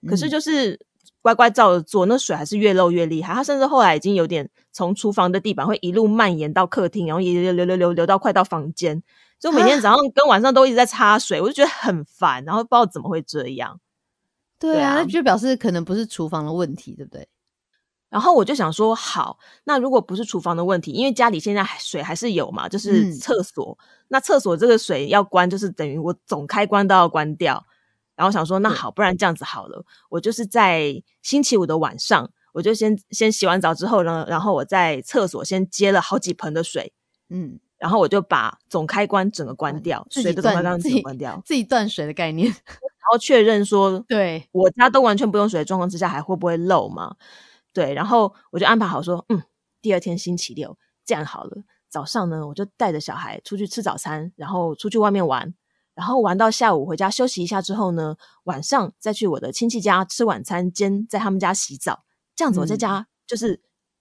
[SPEAKER 3] 可
[SPEAKER 2] 嗯
[SPEAKER 3] 是就是乖乖照着做，那水还是越漏越厉害。它甚至后来已经有点从厨房的地板会一路蔓延到客厅，然后一流流流流流到快到房间。就每天早上跟晚上都一直在擦水，我就觉得很烦，然后不知道怎么会这样。
[SPEAKER 2] 对啊，
[SPEAKER 3] 啊
[SPEAKER 2] 那就表示可能不是厨房的问题，对不对？
[SPEAKER 3] 然后我就想说，好，那如果不是厨房的问题，因为家里现在还水还是有嘛，就
[SPEAKER 2] 嗯
[SPEAKER 3] 是厕所。那厕所这个水要关，就是等于我总开关都要关掉。然后想说，那
[SPEAKER 2] 对
[SPEAKER 3] 好，不然这样子好了，我就是在星期五的晚上，我就先先洗完澡之后呢，然后我在厕所先接了好几盆的水，
[SPEAKER 2] 嗯，
[SPEAKER 3] 然后我就把总开关整个关
[SPEAKER 2] 嗯
[SPEAKER 3] 掉，
[SPEAKER 2] 自
[SPEAKER 3] 水
[SPEAKER 2] 己
[SPEAKER 3] 的总开
[SPEAKER 2] 断
[SPEAKER 3] 关
[SPEAKER 2] 自
[SPEAKER 3] 整个
[SPEAKER 2] 己
[SPEAKER 3] 关掉，然
[SPEAKER 2] 自己断水的概念。
[SPEAKER 3] 后确认说
[SPEAKER 2] 对，
[SPEAKER 3] 我家都完全不用水的状况之下，还会不会漏嘛？对，然后我就安排好说，嗯，第二天星期六这样好了，早上呢我就带着小孩出去吃早餐，然后出去外面玩，然后玩到下午回家休息一下之后呢，晚上再去我的亲戚家吃晚餐兼在他们家洗澡，这样子我在
[SPEAKER 2] 嗯
[SPEAKER 3] 家就是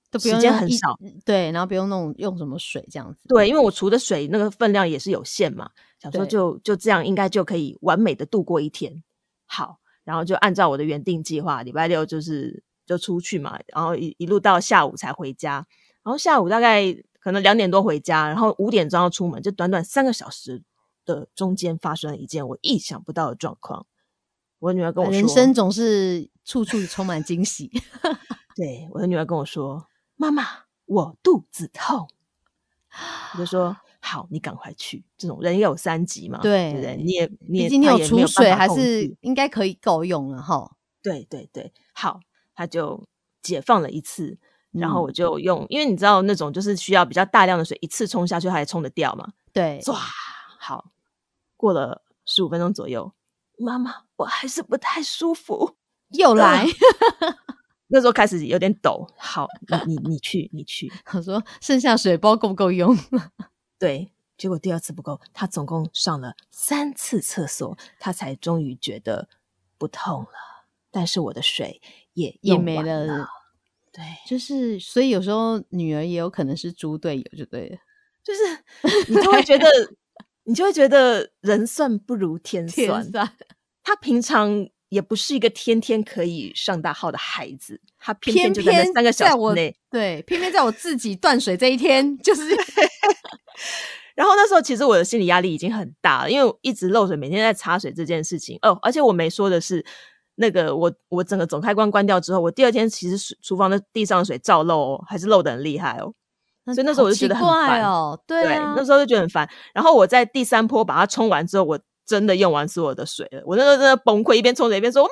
[SPEAKER 2] 都不
[SPEAKER 3] 时
[SPEAKER 2] 用
[SPEAKER 3] 间
[SPEAKER 2] 用
[SPEAKER 3] 很
[SPEAKER 2] 一嗯
[SPEAKER 3] 少，
[SPEAKER 2] 对，然后不用弄用什么水这样子。
[SPEAKER 3] 对，因为我除的水那个分量也是有限嘛，想说
[SPEAKER 2] 对
[SPEAKER 3] 就就这样应该就可以完美的度过一天。好，然后就按照我的原定计划，礼拜六就是就出去嘛，然后一一路到下午才回家，然后下午大概可能两点多回家，然后五点钟要出门，就短短三个小时的中间发生了一件我意想不到的状况。我女儿跟我说，
[SPEAKER 2] 啊人生总是处处充满惊喜。 *laughs*
[SPEAKER 3] 对我的女儿跟我说：“妈妈，我肚子痛。”啊我就说：“好，你赶快去。”这种人也有三级嘛，
[SPEAKER 2] 对
[SPEAKER 3] 对不对？你也你
[SPEAKER 2] 毕
[SPEAKER 3] 也
[SPEAKER 2] 竟你
[SPEAKER 3] 他
[SPEAKER 2] 有
[SPEAKER 3] 也没
[SPEAKER 2] 储
[SPEAKER 3] 办
[SPEAKER 2] 水，
[SPEAKER 3] 法
[SPEAKER 2] 还
[SPEAKER 3] 控
[SPEAKER 2] 是
[SPEAKER 3] 制
[SPEAKER 2] 应该可以够用了哈。
[SPEAKER 3] 对对对，好，他就解放了一次，然后
[SPEAKER 2] 嗯
[SPEAKER 3] 我就用，因为你知道那种就是需要比较大量的水一次冲下去，它也冲得掉嘛，
[SPEAKER 2] 对，
[SPEAKER 3] 唰，好，过了十五分钟左右，妈妈，我还是不太舒服。
[SPEAKER 2] 又来。
[SPEAKER 3] 那时候开始有点抖，好，你你你去你去，
[SPEAKER 2] *laughs* 我说剩下水包够不够用？ *laughs*
[SPEAKER 3] 对，结果第二次不够，他总共上了三次厕所，他才终于觉得不痛了。但是我的水也
[SPEAKER 2] 也
[SPEAKER 3] 用
[SPEAKER 2] 没
[SPEAKER 3] 完了，
[SPEAKER 2] 了，
[SPEAKER 3] 对，
[SPEAKER 2] 就是所以有时候女儿也有可能是猪队友，就对了。
[SPEAKER 3] 就是你就会觉得，你就会觉得人算不如天算。
[SPEAKER 2] 算
[SPEAKER 3] 他平常也不是一个天天可以上大号的孩子，他偏
[SPEAKER 2] 偏
[SPEAKER 3] 偏就在那
[SPEAKER 2] 偏
[SPEAKER 3] 三个小
[SPEAKER 2] 在
[SPEAKER 3] 时
[SPEAKER 2] 我
[SPEAKER 3] 内。
[SPEAKER 2] 对，偏偏在我自己断水这一天， *laughs* 就是
[SPEAKER 3] 然后那时候其实我的心理压力已经很大了，因为我一直漏水，每天在擦水这件事情。哦，而且我没说的是，那个我我整个总开关关掉之后，我第二天其实水厨房的地上的水照漏、哦，还是漏的很厉害哦。所以那时候我就觉得
[SPEAKER 2] *laughs*
[SPEAKER 3] 很
[SPEAKER 2] 好奇怪
[SPEAKER 3] 烦
[SPEAKER 2] 哦，对啊，
[SPEAKER 3] 那时候就觉得很烦。然后我在第三波把它冲完之后，我真的用完所有的水了。我那时候真的崩溃，一边冲水一边说我没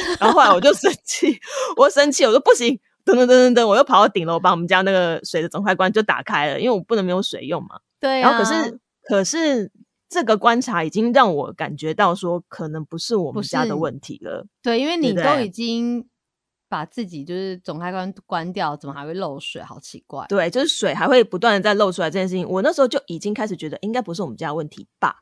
[SPEAKER 2] *laughs*
[SPEAKER 3] 水了。啊然后后来我就生气，我生气，我说不行，噔噔噔噔噔，我又跑到顶楼把我们家那个水的总开关就打开了，因为我不能没有水用嘛。
[SPEAKER 2] 对啊，
[SPEAKER 3] 然后可是可是这个观察已经让我感觉到说，可能不是我
[SPEAKER 2] 不
[SPEAKER 3] 们家
[SPEAKER 2] 是
[SPEAKER 3] 的问题了。
[SPEAKER 2] 对，因为
[SPEAKER 3] 对
[SPEAKER 2] 你
[SPEAKER 3] 不
[SPEAKER 2] 都
[SPEAKER 3] 对
[SPEAKER 2] 已经把自己就是总开关关掉，怎么还会漏水？好奇怪。
[SPEAKER 3] 对，就是水还会不断的在漏出来这件事情，我那时候就已经开始觉得应该不是我们家的问题吧。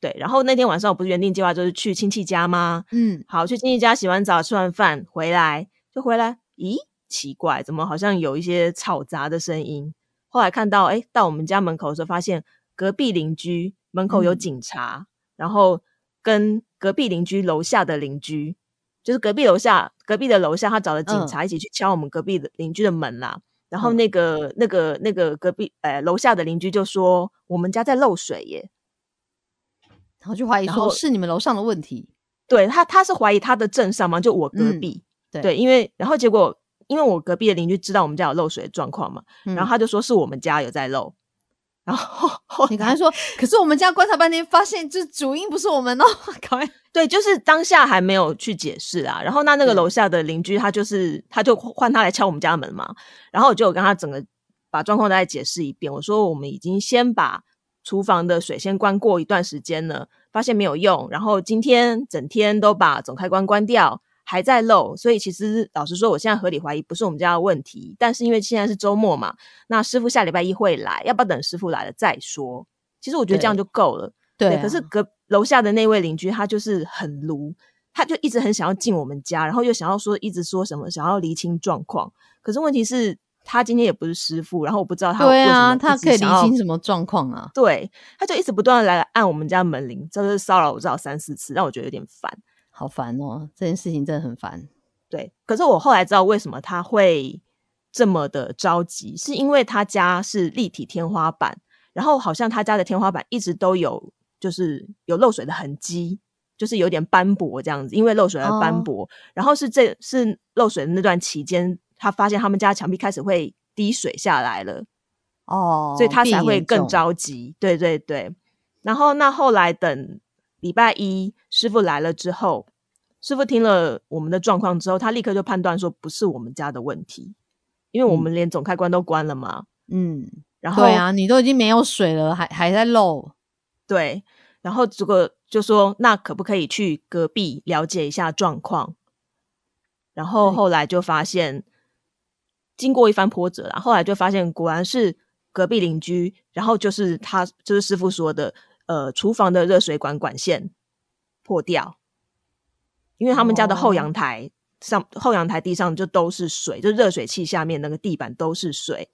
[SPEAKER 3] 对，然后那天晚上我不是原定计划就是去亲戚家吗？
[SPEAKER 2] 嗯，
[SPEAKER 3] 好，去亲戚家洗完澡、吃完饭回来就回来，咦，奇怪，怎么好像有一些吵杂的声音？后来看到，哎，到我们家门口的时候，发现隔壁邻居门口有
[SPEAKER 2] 嗯
[SPEAKER 3] 警察，然后跟隔壁邻居楼下的邻居，就是隔壁楼下隔壁的楼下，他找了警
[SPEAKER 2] 嗯
[SPEAKER 3] 察一起去敲我们隔壁的邻居的门啦。然后
[SPEAKER 2] 嗯
[SPEAKER 3] 那个、那个那个隔壁呃楼下的邻居就说我们家在漏水耶，
[SPEAKER 2] 然后就怀疑
[SPEAKER 3] 然
[SPEAKER 2] 说
[SPEAKER 3] 后
[SPEAKER 2] 是你们楼上的问题。
[SPEAKER 3] 对他，他是怀疑他的镇上嘛，就我隔
[SPEAKER 2] 嗯
[SPEAKER 3] 壁，
[SPEAKER 2] 对
[SPEAKER 3] 因为然后结果因为我隔壁的邻居知道我们家有漏水的状况嘛，
[SPEAKER 2] 嗯、
[SPEAKER 3] 然后他就说是我们家有在漏，然后后 *laughs*
[SPEAKER 2] 你刚
[SPEAKER 3] 来
[SPEAKER 2] 才说，可是我们家观察半天，发现这主因不是我们哦， *laughs*
[SPEAKER 3] *laughs*
[SPEAKER 2] 赶快
[SPEAKER 3] 对，就是当下还没有去解释啊，然后那那个
[SPEAKER 2] 嗯
[SPEAKER 3] 楼下的邻居他就是他就换他来敲我们家门嘛，然后我就有跟他整个把状况再解释一遍，我说我们已经先把厨房的水先关过一段时间了，发现没有用，然后今天整天都把总开关关掉，还在漏，所以其实老实说，我现在合理怀疑不是我们家的问题，但是因为现在是周末嘛，那师傅下礼拜一会来，要不要等师傅来了再说？其实我觉得这样
[SPEAKER 2] 对
[SPEAKER 3] 就够了。
[SPEAKER 2] 对
[SPEAKER 3] 可是
[SPEAKER 2] 啊
[SPEAKER 3] 隔楼下的那位邻居，他就是很卢，他就一直很想要进我们家，然后又想要说一直说什么想要厘清状况。可是问题是，他今天也不是师傅，然后我不知道他
[SPEAKER 2] 对啊，
[SPEAKER 3] 为什么一
[SPEAKER 2] 他
[SPEAKER 3] 直
[SPEAKER 2] 可以理
[SPEAKER 3] 想要
[SPEAKER 2] 清什么状况啊？
[SPEAKER 3] 对，他就一直不断的来按我们家门铃，这就是骚扰我至少三四次，让我觉得有点烦。
[SPEAKER 2] 好烦哦，这件事情真的很烦。
[SPEAKER 3] 对，可是我后来知道为什么他会这么的着急，是因为他家是立体天花板，然后好像他家的天花板一直都有就是有漏水的痕迹，就是有点斑驳这样子，因为漏水而
[SPEAKER 2] 哦
[SPEAKER 3] 斑驳。然后是这是漏水的那段期间，他发现他们家墙壁开始会滴水下来了。
[SPEAKER 2] 哦，
[SPEAKER 3] 所以他才
[SPEAKER 2] 变
[SPEAKER 3] 会
[SPEAKER 2] 严
[SPEAKER 3] 更
[SPEAKER 2] 重。
[SPEAKER 3] 着急。对对对。然后那后来等礼拜一师傅来了之后，师傅听了我们的状况之后，他立刻就判断说不是我们家的问题，因为我们连总开关都关了嘛。
[SPEAKER 2] 嗯，
[SPEAKER 3] 然后
[SPEAKER 2] 对啊，你都已经没有水了，还还在漏。
[SPEAKER 3] 对然后这个就说那可不可以去隔壁了解一下状况？然后
[SPEAKER 2] 对
[SPEAKER 3] 后来就发现，经过一番波折啦，后来就发现果然是隔壁邻居，然后就是他就是师傅说的，呃，厨房的热水管管线破掉，因为他们家的后
[SPEAKER 2] 哦
[SPEAKER 3] 阳台上、后阳台地上就都是水，就热水器下面那个地板都是水，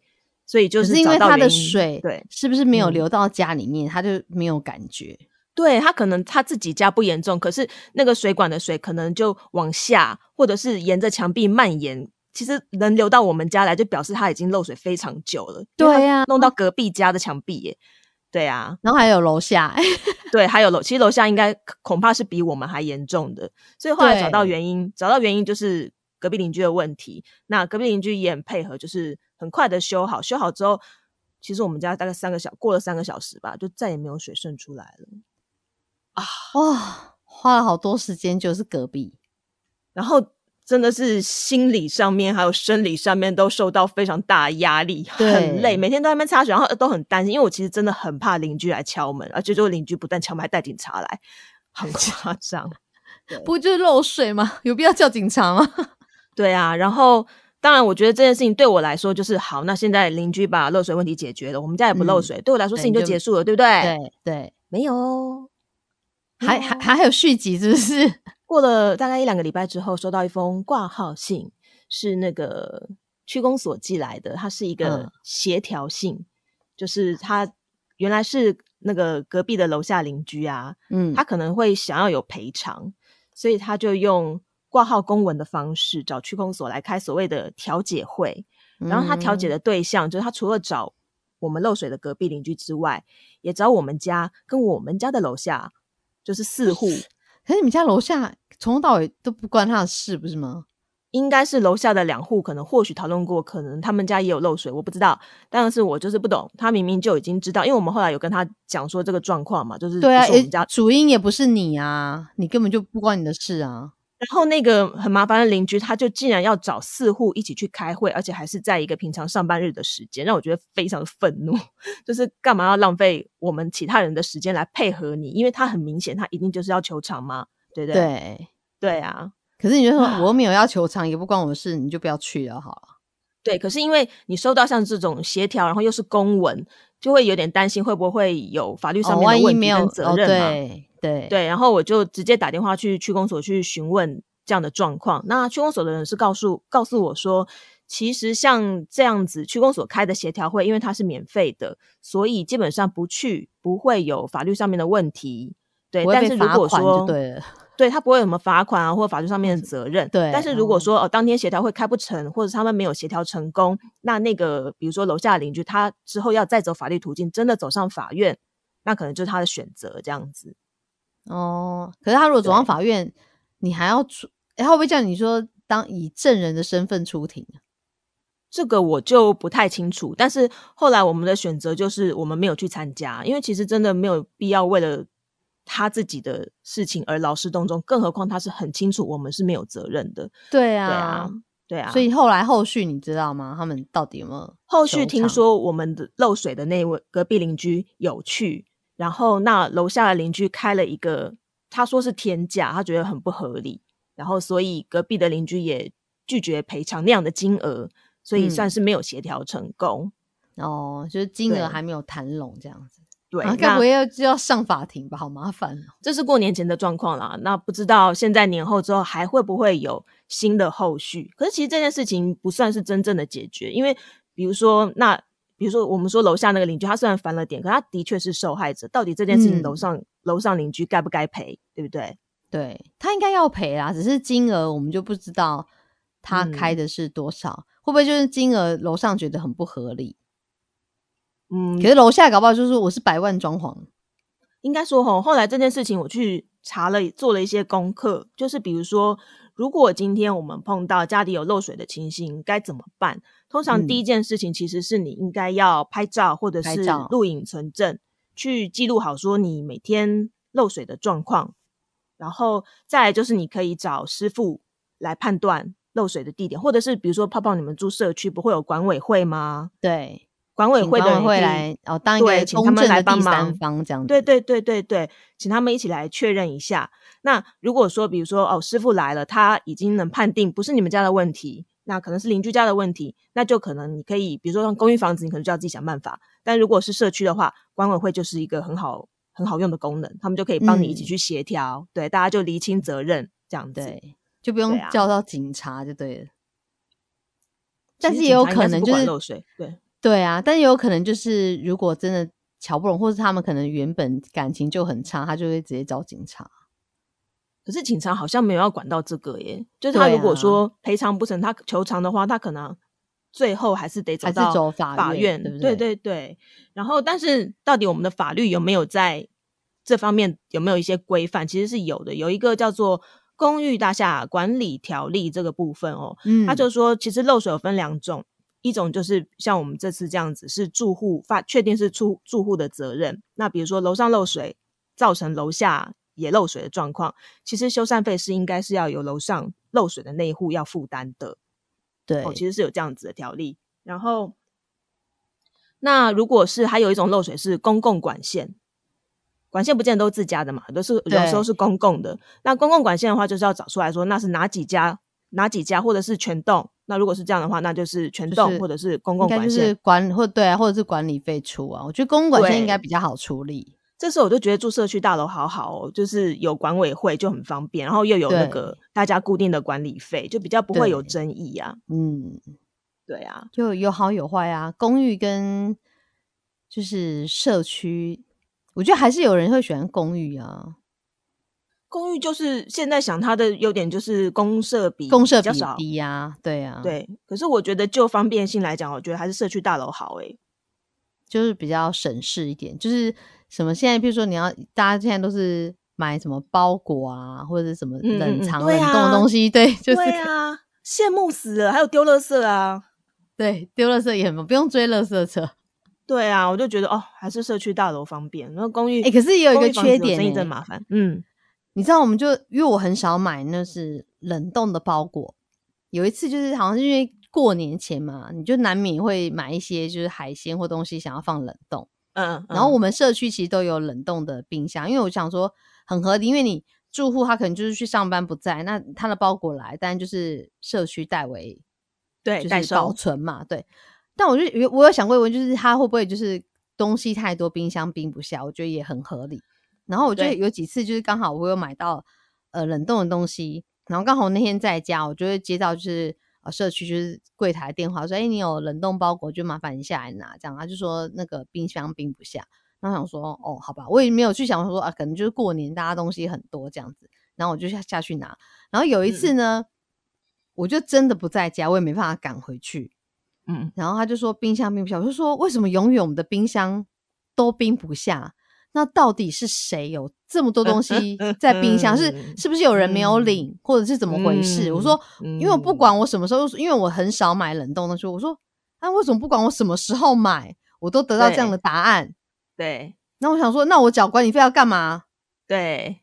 [SPEAKER 3] 所以就
[SPEAKER 2] 可
[SPEAKER 3] 是
[SPEAKER 2] 是因
[SPEAKER 3] 找
[SPEAKER 2] 为
[SPEAKER 3] 到
[SPEAKER 2] 他的
[SPEAKER 3] 原因
[SPEAKER 2] 水
[SPEAKER 3] 对
[SPEAKER 2] 是不是没有
[SPEAKER 3] 嗯
[SPEAKER 2] 流到家里面，他就没有感觉？
[SPEAKER 3] 对他可能他自己家不严重，可是那个水管的水可能就往下，或者是沿着墙壁蔓延。其实能流到我们家来，就表示它已经漏水非常久了。因为
[SPEAKER 2] 对
[SPEAKER 3] 它
[SPEAKER 2] 啊
[SPEAKER 3] 弄到隔壁家的墙壁耶。对啊，
[SPEAKER 2] 然后还有楼下， *laughs*
[SPEAKER 3] 对，还有楼，其实楼下应该恐怕是比我们还严重的。所以后来找到
[SPEAKER 2] 对
[SPEAKER 3] 原因，找到原因就是隔壁邻居的问题。那隔壁邻居也很配合，就是很快的修好。修好之后，其实我们家大概三个小过了三个小时吧，就再也没有水渗出来了。
[SPEAKER 2] 哇，花了好多时间，就是隔壁。
[SPEAKER 3] 然后真的是心理上面还有生理上面都受到非常大的压力，很累，
[SPEAKER 2] 对
[SPEAKER 3] 每天都在那边擦水，然后都很担心，因为我其实真的很怕邻居来敲门，而且就邻居不但敲门还带警察来， *laughs* 很夸张。
[SPEAKER 2] 不就是漏水
[SPEAKER 3] *laughs*
[SPEAKER 2] 吗？有必要叫警察吗？
[SPEAKER 3] 对啊，然后当然，我觉得这件事情对我来说就是好。那现在邻居把漏水问题解决了，我们家也不漏
[SPEAKER 2] 嗯
[SPEAKER 3] 水，对我来说
[SPEAKER 2] 对
[SPEAKER 3] 事情
[SPEAKER 2] 你
[SPEAKER 3] 就
[SPEAKER 2] 就
[SPEAKER 3] 结束了，对不对？
[SPEAKER 2] 对
[SPEAKER 3] *laughs*
[SPEAKER 2] 对，
[SPEAKER 3] 没有哦，没
[SPEAKER 2] 还
[SPEAKER 3] 有
[SPEAKER 2] 还
[SPEAKER 3] 哦
[SPEAKER 2] 还有续集是不是？
[SPEAKER 3] 过了大概一两个礼拜之后，收到一封挂号信，是那个区公所寄来的，它是一个
[SPEAKER 2] 嗯
[SPEAKER 3] 协调信，就是他原来是那个隔壁的楼下邻居啊，
[SPEAKER 2] 嗯
[SPEAKER 3] 他，可能会想要有赔偿，所以他就用挂号公文的方式找区公所来开所谓的调解会，然后他调解
[SPEAKER 2] 嗯
[SPEAKER 3] 的对象、就是他除了找我们漏水的隔壁邻居之外，也找我们家跟我们家的楼下，就是四户，
[SPEAKER 2] 可是你们家楼下从头到尾都不关他的事，不是吗？
[SPEAKER 3] 应该是楼下的两户可能或许讨论过，可能他们家也有漏水，我不知道。但是我就是不懂，他明明就已经知道，因为我们后来有跟他讲说这个状况嘛，就是
[SPEAKER 2] 对啊，
[SPEAKER 3] 不是我
[SPEAKER 2] 诶
[SPEAKER 3] 们家。
[SPEAKER 2] 主因也不是你啊，你根本就不关你的事啊。
[SPEAKER 3] 然后那个很麻烦的邻居，他就竟然要找四户一起去开会，而且还是在一个平常上班日的时间，让我觉得非常愤怒。 *laughs* 就是干嘛要浪费我们其他人的时间来配合你？因为他很明显，他一定就是要求偿嘛，对不对？
[SPEAKER 2] 对，
[SPEAKER 3] 对啊，
[SPEAKER 2] 可是你就说
[SPEAKER 3] 啊
[SPEAKER 2] 我又没有要求偿，也不关我的事，你就不要去了好了。
[SPEAKER 3] 对，可是因为你收到像这种协调，然后又是公文，就会有点担心会不会有法律
[SPEAKER 2] 哦，
[SPEAKER 3] 上面
[SPEAKER 2] 万
[SPEAKER 3] 的
[SPEAKER 2] 一
[SPEAKER 3] 问
[SPEAKER 2] 没
[SPEAKER 3] 题
[SPEAKER 2] 有
[SPEAKER 3] 跟
[SPEAKER 2] 哦，
[SPEAKER 3] 责任嘛。
[SPEAKER 2] 对对
[SPEAKER 3] 对，然后我就直接打电话去区公所去询问这样的状况。那区公所的人是告诉告诉我说，其实像这样子区公所开的协调会，因为它是免费的，所以基本上不去不会有法律上面的问题。对，
[SPEAKER 2] 不会
[SPEAKER 3] 但是
[SPEAKER 2] 被
[SPEAKER 3] 如
[SPEAKER 2] 罚
[SPEAKER 3] 果
[SPEAKER 2] 款就
[SPEAKER 3] 说
[SPEAKER 2] 对了。
[SPEAKER 3] 对他不会有什么罚款啊，或法律上面的责任。
[SPEAKER 2] 对
[SPEAKER 3] 但是如果
[SPEAKER 2] 哦
[SPEAKER 3] 说哦、当天协调会开不成，或者他们没有协调成功，那那个比如说楼下的邻居，他之后要再走法律途径，真的走上法院，那可能就是他的选择这样子。
[SPEAKER 2] 哦，可是他如果走上
[SPEAKER 3] 对
[SPEAKER 2] 法院，你还要出，诶他会不会叫你说当以证人的身份出庭啊？
[SPEAKER 3] 这个我就不太清楚，但是后来我们的选择就是我们没有去参加，因为其实真的没有必要为了他自己的事情而劳师动众，更何况他是很清楚我们是没有责任的。
[SPEAKER 2] 对
[SPEAKER 3] 对
[SPEAKER 2] 啊
[SPEAKER 3] 啊，，对啊，
[SPEAKER 2] 所以后来后续你知道吗？他们到底有没有？
[SPEAKER 3] 后续听
[SPEAKER 2] 场
[SPEAKER 3] 说我们的漏水的那位隔壁邻居有去，然后那楼下的邻居开了一个，他说是天价，他觉得很不合理，然后所以隔壁的邻居也拒绝赔偿那样的金额，所以
[SPEAKER 2] 嗯
[SPEAKER 3] 算是没有协调成功。
[SPEAKER 2] 哦，就是金
[SPEAKER 3] 对
[SPEAKER 2] 额还没有谈拢这样子。
[SPEAKER 3] 对，
[SPEAKER 2] 啊，该
[SPEAKER 3] 那
[SPEAKER 2] 不会要就要上法庭吧？好麻烦哦。
[SPEAKER 3] 这是过年前的状况啦。那不知道现在年后之后还会不会有新的后续？可是其实这件事情不算是真正的解决，因为比如说那。比如说，我们说楼下那个邻居，他虽然烦了点，可他的确是受害者。到底这件事情，
[SPEAKER 2] 嗯
[SPEAKER 3] 楼上楼、上邻居该不该赔，对不对？
[SPEAKER 2] 对他应该要赔啦，只是金额我们就不知道他
[SPEAKER 3] 嗯
[SPEAKER 2] 开的是多少，会不会就是金额楼上觉得很不合理，
[SPEAKER 3] 嗯
[SPEAKER 2] 可，是楼下搞不好就是我是百万装潢，
[SPEAKER 3] 应该说吼，后来这件事情我去查了，做了一些功课，就是比如说，如果今天我们碰到家里有漏水的情形，该怎么办？通常
[SPEAKER 2] 嗯
[SPEAKER 3] 第一件事情其实是你应该要拍照或者
[SPEAKER 2] 拍
[SPEAKER 3] 是
[SPEAKER 2] 照
[SPEAKER 3] 录影存证，去记录好说你每天漏水的状况，然后再来就是你可以找师傅来判断漏水的地点，或者是比如说泡泡你们住社区不会有管委会吗？
[SPEAKER 2] 对，
[SPEAKER 3] 管委
[SPEAKER 2] 请
[SPEAKER 3] 会的
[SPEAKER 2] 管
[SPEAKER 3] 人
[SPEAKER 2] 委会
[SPEAKER 3] 也可以
[SPEAKER 2] 来哦，当一个
[SPEAKER 3] 对请他
[SPEAKER 2] 公
[SPEAKER 3] 们
[SPEAKER 2] 正
[SPEAKER 3] 来
[SPEAKER 2] 的
[SPEAKER 3] 帮
[SPEAKER 2] 第三
[SPEAKER 3] 忙
[SPEAKER 2] 方这样子，
[SPEAKER 3] 对对对对对，请他们一起来确认一下。那如果说，比如说哦，师傅来了，他已经能判定不是你们家的问题，那可能是邻居家的问题，那就可能你可以，比如说像公寓房子，你可能就要自己想办法。但如果是社区的话，管委会就是一个很好很好用的功能，他们就可以帮你一起
[SPEAKER 2] 嗯
[SPEAKER 3] 去协调，对，大家就厘清责任这样子。
[SPEAKER 2] 对，就不用
[SPEAKER 3] 啊
[SPEAKER 2] 叫到警察就对了。
[SPEAKER 3] 其
[SPEAKER 2] 但
[SPEAKER 3] 实
[SPEAKER 2] 是也
[SPEAKER 3] 警
[SPEAKER 2] 有
[SPEAKER 3] 察应该
[SPEAKER 2] 可
[SPEAKER 3] 是
[SPEAKER 2] 能
[SPEAKER 3] 不
[SPEAKER 2] 就
[SPEAKER 3] 管
[SPEAKER 2] 是
[SPEAKER 3] 漏水，对，
[SPEAKER 2] 对啊，但也有可能就是如果真的瞧不拢，或是他们可能原本感情就很差，他就会直接找警察。
[SPEAKER 3] 可是警察好像没有要管到这个耶，就是他
[SPEAKER 2] 对
[SPEAKER 3] 如果
[SPEAKER 2] 啊
[SPEAKER 3] 说赔偿不成，他求偿的话，他可能最后还是得走
[SPEAKER 2] 还是
[SPEAKER 3] 到
[SPEAKER 2] 走法院对不
[SPEAKER 3] 对
[SPEAKER 2] 对
[SPEAKER 3] 对然后，但是到底我们的法律有没有在这方面有没有一些规范？其实是有的，有一个叫做《公寓大厦管理条例》这个部分哦，
[SPEAKER 2] 嗯，
[SPEAKER 3] 他就说，其实漏水有分两种，一种就是像我们这次这样子，是住户发确定是住住户的责任。那比如说楼上漏水，造成楼下也漏水的状况，其实修缮费是应该是要由楼上漏水的那一户要负担的。
[SPEAKER 2] 对
[SPEAKER 3] 哦，其实是有这样子的条例。然后，那如果是还有一种漏水是公共管线，管线不见得都自家的嘛，都是有时候
[SPEAKER 2] 对
[SPEAKER 3] 是公共的。那公共管线的话，就是要找出来说那是哪几家、哪几家，或者是全栋。那如果是这样的话，那就是全
[SPEAKER 2] 就
[SPEAKER 3] 栋、
[SPEAKER 2] 是
[SPEAKER 3] 或者是公
[SPEAKER 2] 应
[SPEAKER 3] 共
[SPEAKER 2] 该
[SPEAKER 3] 管
[SPEAKER 2] 就
[SPEAKER 3] 线。
[SPEAKER 2] 是管或对啊，或者是管理费出啊。我觉得公管线应该
[SPEAKER 3] 对
[SPEAKER 2] 比较好处理。
[SPEAKER 3] 这时候我就觉得住社区大楼好好哦，就是有管委会就很方便，然后又有那
[SPEAKER 2] 对
[SPEAKER 3] 个大家固定的管理费，就比较不会有
[SPEAKER 2] 对
[SPEAKER 3] 争议啊。
[SPEAKER 2] 嗯，
[SPEAKER 3] 对啊，
[SPEAKER 2] 就有好有坏啊。公寓跟就是社区，我觉得还是有人会喜欢公寓啊，
[SPEAKER 3] 公寓就是现在想它的优点就是公社比
[SPEAKER 2] 公社
[SPEAKER 3] 比较
[SPEAKER 2] 比
[SPEAKER 3] 少，
[SPEAKER 2] 低啊，对啊，，
[SPEAKER 3] 对。可是我觉得就方便性来讲，我觉得还是社区大楼好诶、
[SPEAKER 2] 就是比较省事一点。就是什么现在，比如说你要大家现在都是买什么包裹啊，或者是什么
[SPEAKER 3] 嗯嗯
[SPEAKER 2] 冷
[SPEAKER 3] 嗯
[SPEAKER 2] 藏、
[SPEAKER 3] 对
[SPEAKER 2] 冷冻
[SPEAKER 3] 啊
[SPEAKER 2] 的东西，对，就是
[SPEAKER 3] 对啊，羡慕死了，还有丢垃圾啊，
[SPEAKER 2] 对丢垃圾也很方便不用追垃圾车。
[SPEAKER 3] 对啊，我就觉得哦，还是社区大楼方便。然后公寓，
[SPEAKER 2] 哎、可是也有一
[SPEAKER 3] 公
[SPEAKER 2] 个
[SPEAKER 3] 寓房子
[SPEAKER 2] 缺点、
[SPEAKER 3] 生意
[SPEAKER 2] 欸，
[SPEAKER 3] 真麻烦。嗯，
[SPEAKER 2] 你知道，我们就因为我很少买那是冷冻的包裹，有一次就是好像是因为过年前嘛，你就难免会买一些就是海鲜或东西想要放冷冻。
[SPEAKER 3] 嗯，
[SPEAKER 2] 然后我
[SPEAKER 3] 们
[SPEAKER 2] 们社区其实都有冷冻的冰箱，因为我想说很合理，因为你住户他可能就是去上班不在，那他的包裹来，但就是社区代为
[SPEAKER 3] 对
[SPEAKER 2] 就
[SPEAKER 3] 代
[SPEAKER 2] 是保
[SPEAKER 3] 收
[SPEAKER 2] 存嘛，对。但我就有我有想过一个问题，就是他会不会就是东西太多，冰箱冰不下？我觉得也很合理。然后我就
[SPEAKER 3] 对
[SPEAKER 2] 有几次就是刚好我有买到呃冷冻的东西，然后刚好那天在家，我就会接到就是呃社区就是柜台电话说，哎、你有冷冻包裹，就麻烦你下来拿。这样他就说那个冰箱冰不下，然后想说哦好吧，我也没有去想说啊，可能就是过年大家东西很多这样子，然后我就下下去拿。然后有一
[SPEAKER 3] 嗯
[SPEAKER 2] 次呢，我就真的不在家，我也没办法赶回去。
[SPEAKER 3] 嗯，
[SPEAKER 2] 然后他就说冰箱冰不下，我就说为什么永远我们的冰箱都冰不下？那到底是谁有这么多东
[SPEAKER 3] *laughs*
[SPEAKER 2] 西在冰箱？是
[SPEAKER 3] 嗯
[SPEAKER 2] 是不是有人没有
[SPEAKER 3] 嗯
[SPEAKER 2] 领，或者是怎么回事？我说，
[SPEAKER 3] 嗯，
[SPEAKER 2] 因为我不管我什么时候，因为我很少买冷冻东西，我说，那、为什么不管我什么时候买，我都得到这样的答案？
[SPEAKER 3] 对
[SPEAKER 2] 那我想说，那我缴管理费要干嘛？
[SPEAKER 3] 对，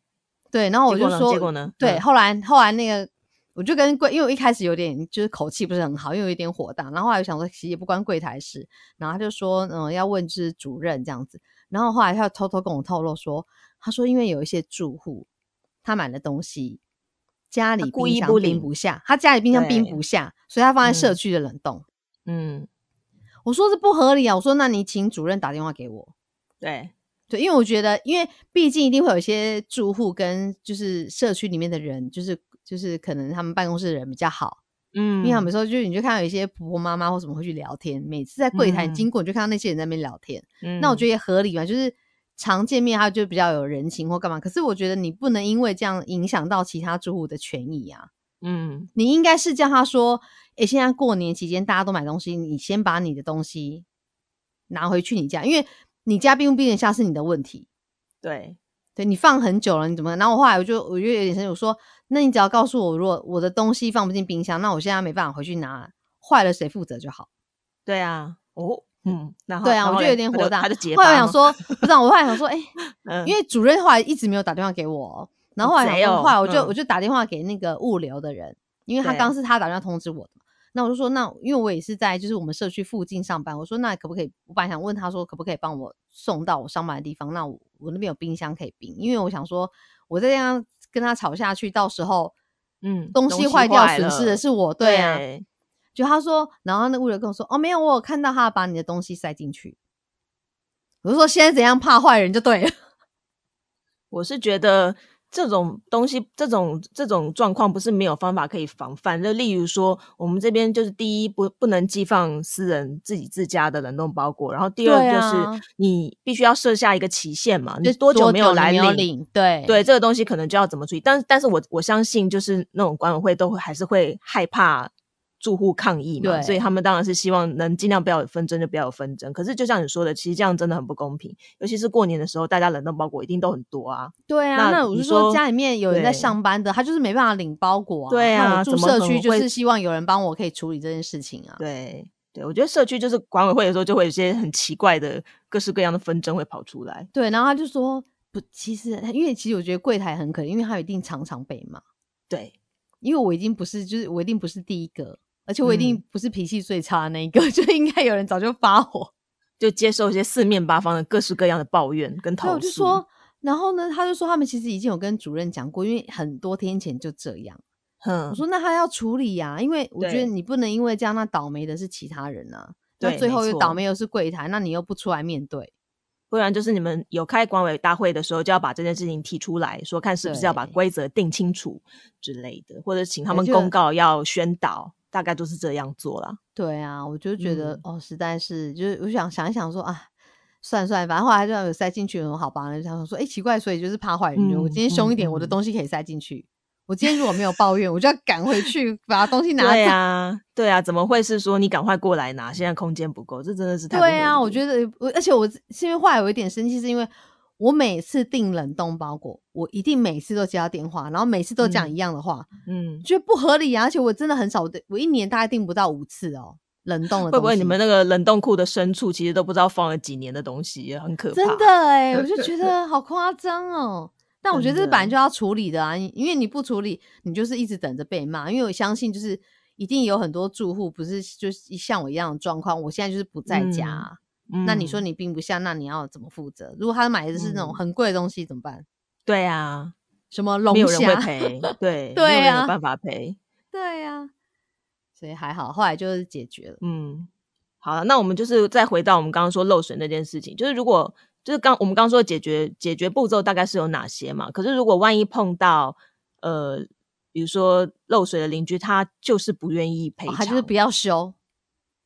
[SPEAKER 2] 对，然后我
[SPEAKER 3] 结果
[SPEAKER 2] 就
[SPEAKER 3] 呢
[SPEAKER 2] 说，
[SPEAKER 3] 结果呢？
[SPEAKER 2] 对，
[SPEAKER 3] 嗯，
[SPEAKER 2] 后来后来那个，我就跟柜，因为我一开始有点就是口气不是很好，因为有一点火大，然后后来我想说其实也不关柜台事，然后他就说嗯要问就是主任这样子，然后后来他又偷偷跟我透露说，他说因为有一些住户他买的东西家里
[SPEAKER 3] 故
[SPEAKER 2] 冰
[SPEAKER 3] 意
[SPEAKER 2] 箱
[SPEAKER 3] 不
[SPEAKER 2] 冰
[SPEAKER 3] 领
[SPEAKER 2] 不下，他家里冰箱冰
[SPEAKER 3] 对
[SPEAKER 2] 不下，所以他放在社
[SPEAKER 3] 嗯
[SPEAKER 2] 区的冷冻。
[SPEAKER 3] 嗯，
[SPEAKER 2] 我说这不合理啊，我说那你请主任打电话给我，
[SPEAKER 3] 对，
[SPEAKER 2] 对，因为我觉得，因为毕竟一定会有一些住户跟就是社区里面的人，就是就是可能他们办公室的人比较好，
[SPEAKER 3] 嗯，
[SPEAKER 2] 因为他们说，就是你就看到有一些婆婆妈妈或什么会去聊天，每次在柜台
[SPEAKER 3] 嗯
[SPEAKER 2] 经过，你就看到那些人在那边聊天。
[SPEAKER 3] 嗯
[SPEAKER 2] 那我觉得也合理嘛，就是常见面，他就比较有人情或干嘛。可是我觉得你不能因为这样影响到其他住户的权益啊。
[SPEAKER 3] 嗯
[SPEAKER 2] 你应该是叫他说：“诶、现在过年期间大家都买东西，你先把你的东西拿回去你家，因为你家冰不冰得下是你的问题。
[SPEAKER 3] 对，
[SPEAKER 2] 对你放很久了，你怎么？然后我后来我就我就有点生气，我说：那你只要告诉我，如果我的东西放不进冰箱，那我现在没办法回去拿，坏了谁负责就好。
[SPEAKER 3] 对啊，哦，嗯，然后
[SPEAKER 2] 对啊，
[SPEAKER 3] 然
[SPEAKER 2] 我
[SPEAKER 3] 后
[SPEAKER 2] 就
[SPEAKER 3] 嘞
[SPEAKER 2] 有点
[SPEAKER 3] 他就
[SPEAKER 2] 火大。
[SPEAKER 3] 他就结
[SPEAKER 2] 后来我
[SPEAKER 3] 巴
[SPEAKER 2] 想
[SPEAKER 3] 吗，
[SPEAKER 2] 说，不知道，我后来想说，哎、
[SPEAKER 3] 嗯
[SPEAKER 2] 因为主任后来一直没有打电话给我哦，然后后来
[SPEAKER 3] 好
[SPEAKER 2] 想
[SPEAKER 3] 贼
[SPEAKER 2] 说
[SPEAKER 3] 哦
[SPEAKER 2] 后来我就、
[SPEAKER 3] 嗯
[SPEAKER 2] 我就打电话给那个物流的人，因为他
[SPEAKER 3] 对
[SPEAKER 2] 刚是他打电话通知我的嘛。那我就说，那因为我也是在就是我们社区附近上班，我说那可不可以？我本来想问他说可不可以帮我送到我上班的地方，那我我那边有冰箱可以冰，因为我想说我再这样跟他吵下去，到时候
[SPEAKER 3] 嗯
[SPEAKER 2] 东
[SPEAKER 3] 东
[SPEAKER 2] 西
[SPEAKER 3] 西
[SPEAKER 2] 坏掉
[SPEAKER 3] 坏
[SPEAKER 2] 损失的
[SPEAKER 3] 了
[SPEAKER 2] 是我，对
[SPEAKER 3] 对
[SPEAKER 2] 啊。就他说，然后那物流跟我说，哦，没有，我有看到他把你的东西塞进去。我就说现在怎样怕坏人就对了。
[SPEAKER 3] 我是觉得这种东西，这种这种状况不是没有方法可以防范。就例如说，我们这边就是第一不不能寄放私人自己自家的冷冻包裹，然后第二
[SPEAKER 2] 对
[SPEAKER 3] 就
[SPEAKER 2] 啊
[SPEAKER 3] 是你必须要设下一个期限嘛，
[SPEAKER 2] 就
[SPEAKER 3] 你多久没有来
[SPEAKER 2] 你
[SPEAKER 3] 领？
[SPEAKER 2] 领？对
[SPEAKER 3] 对这个东西可能就要怎么处理，但但是我我相信就是那种管委会都会还是会害怕住户抗议嘛，
[SPEAKER 2] 对
[SPEAKER 3] 所以他们当然是希望能尽量不要有纷争就不要有纷争。可是就像你说的，其实这样真的很不公平，尤其是过年的时候，大家冷冻包裹一定都很多啊。
[SPEAKER 2] 对啊，
[SPEAKER 3] 那
[SPEAKER 2] 那我
[SPEAKER 3] 你
[SPEAKER 2] 就说
[SPEAKER 3] 说
[SPEAKER 2] 家里面有人在
[SPEAKER 3] 对
[SPEAKER 2] 上班的，他就是没办法领包裹啊。
[SPEAKER 3] 对
[SPEAKER 2] 那我
[SPEAKER 3] 啊
[SPEAKER 2] 住
[SPEAKER 3] 怎么
[SPEAKER 2] 社
[SPEAKER 3] 可
[SPEAKER 2] 区
[SPEAKER 3] 能
[SPEAKER 2] 就
[SPEAKER 3] 会
[SPEAKER 2] 是希望有人帮我可以处理这件事情啊。
[SPEAKER 3] 对对，我觉得社区就是管委会的时候，就会有一些很奇怪的各式各样的纷争会跑出来。
[SPEAKER 2] 对，然后他就说不，其实因为其实我觉得柜台很可怜，因为他一定常常被骂，
[SPEAKER 3] 对，
[SPEAKER 2] 因为我一定不是就是我一定不是第一个，而且我一定
[SPEAKER 3] 嗯
[SPEAKER 2] 不是脾气最差的那一个， *laughs* 就应该有人早就发火。
[SPEAKER 3] 就接受一些四面八方的各式各样的抱怨跟
[SPEAKER 2] 对，
[SPEAKER 3] 投
[SPEAKER 2] 我就
[SPEAKER 3] 诉。
[SPEAKER 2] 说，然后呢，他就说他们其实已经有跟主任讲过，因为很多天前就这样。
[SPEAKER 3] 嗯
[SPEAKER 2] 我，说那他要处理呀、因为我觉得
[SPEAKER 3] 对
[SPEAKER 2] 你不能因为这样，那倒霉的是其他人啊。那
[SPEAKER 3] 对
[SPEAKER 2] 最
[SPEAKER 3] 没
[SPEAKER 2] 后又
[SPEAKER 3] 错
[SPEAKER 2] 倒霉又是柜台，那你又不出来面对，
[SPEAKER 3] 不然就是你们有开管委大会的时候，就要把这件事情提出来说，看是不是要把
[SPEAKER 2] 对
[SPEAKER 3] 规则定清楚之类的，或者请他
[SPEAKER 2] 对
[SPEAKER 3] 们
[SPEAKER 2] 就
[SPEAKER 3] 公告要宣导，大概就是这样做啦。
[SPEAKER 2] 对啊，我就觉得、
[SPEAKER 3] 嗯
[SPEAKER 2] 哦，实在是就是我想想一想说啊，算了算了，反正后来就有塞进去，很好吧。然后想说，哎、奇怪，所以就是怕坏人，就我今天
[SPEAKER 3] 嗯
[SPEAKER 2] 凶一点，
[SPEAKER 3] 嗯
[SPEAKER 2] 我的
[SPEAKER 3] 嗯
[SPEAKER 2] 东西可以塞进去。我今天如果没有抱怨，我就要赶回去把东西拿
[SPEAKER 3] 对
[SPEAKER 2] 走。
[SPEAKER 3] 啊，对啊，怎么会是说你赶快过来拿？现在空间不够，这真的是太不嗯
[SPEAKER 2] 对啊，
[SPEAKER 3] 合
[SPEAKER 2] 我
[SPEAKER 3] 理
[SPEAKER 2] 觉得我，而且我是因为后来有一点生气，是因为我每次订冷冻包裹，我一定每次都接到电话，然后每次都讲
[SPEAKER 3] 嗯
[SPEAKER 2] 一样的话，
[SPEAKER 3] 嗯，
[SPEAKER 2] 觉得不合理啊！而且我真的很少订，我一年大概订不到五次哦，冷冻的
[SPEAKER 3] 会不会
[SPEAKER 2] 东
[SPEAKER 3] 你
[SPEAKER 2] 西
[SPEAKER 3] 们那个冷冻库的深处其实都不知道放了几年的东西，很可怕。
[SPEAKER 2] 真的，哎、我就
[SPEAKER 3] *laughs*
[SPEAKER 2] 觉得好夸张哦。但我觉得这
[SPEAKER 3] 真
[SPEAKER 2] 本来
[SPEAKER 3] 的
[SPEAKER 2] 就要处理的啊，你因为你不处理，你就是一直等着被骂。因为我相信，就是一定有很多住户不是就是像我一样的状况，我现在就是不在家
[SPEAKER 3] 嗯
[SPEAKER 2] 啊、那你说
[SPEAKER 3] 嗯
[SPEAKER 2] 你并不下，那你要怎么负责？如果他买的是那种
[SPEAKER 3] 嗯
[SPEAKER 2] 很贵的东西，怎么办？
[SPEAKER 3] 对啊，
[SPEAKER 2] 什么龙
[SPEAKER 3] 没有人会
[SPEAKER 2] 虾？
[SPEAKER 3] 赔，
[SPEAKER 2] *laughs*
[SPEAKER 3] 对，
[SPEAKER 2] 啊对
[SPEAKER 3] 没有人
[SPEAKER 2] 啊
[SPEAKER 3] 有办法赔。
[SPEAKER 2] 对呀、所以还好，后来就是解决了。
[SPEAKER 3] 嗯，好了，那我们就是再回到我们刚刚说漏水那件事情，就是如果就是刚我们刚刚说解决解决步骤大概是有哪些嘛？可是如果万一碰到呃，比如说漏水的邻居，他就是不愿意赔
[SPEAKER 2] 哦
[SPEAKER 3] 偿，
[SPEAKER 2] 他就是不要修，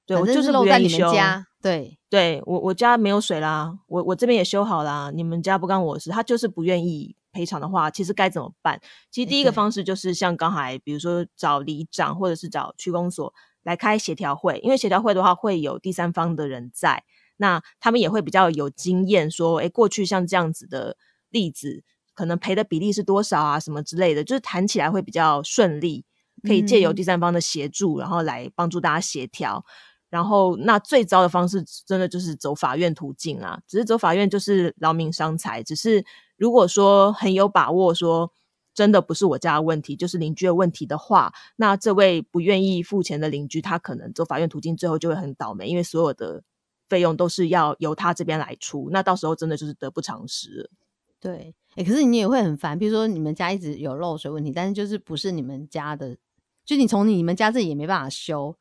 [SPEAKER 3] 对我
[SPEAKER 2] 反正
[SPEAKER 3] 就是不
[SPEAKER 2] 漏
[SPEAKER 3] 愿
[SPEAKER 2] 在
[SPEAKER 3] 意
[SPEAKER 2] 你们
[SPEAKER 3] 修
[SPEAKER 2] 家。对，
[SPEAKER 3] 对我我家没有水啦，我我这边也修好啦，你们家不干我的事，他就是不愿意赔偿的话，其实该怎么办？其实
[SPEAKER 2] 哎
[SPEAKER 3] 第一个
[SPEAKER 2] 对
[SPEAKER 3] 方式就是像刚才，比如说找里长或者是找区公所来开协调会，因为协调会的话会有第三方的人在，那他们也会比较有经验，说，诶，过去像这样子的例子，可能赔的比例是多少啊，什么之类的，就是谈起来会比较顺利，可以借由
[SPEAKER 2] 嗯
[SPEAKER 3] 第三方的协助，然后来帮助大家协调。然后，那最糟的方式真的就是走法院途径啦。只是走法院就是劳民伤财。只是如果说很有把握说真的不是我家的问题，就是邻居的问题的话，那这位不愿意付钱的邻居，他可能走法院途径，最后就会很倒霉，因为所有的费用都是要由他这边来出。那到时候真的就是得不偿失了。
[SPEAKER 2] 对，哎、可是你也会很烦。比如说你们家一直有漏水问题，但是就是不是你们家的，就你从你们家自己也没办法修，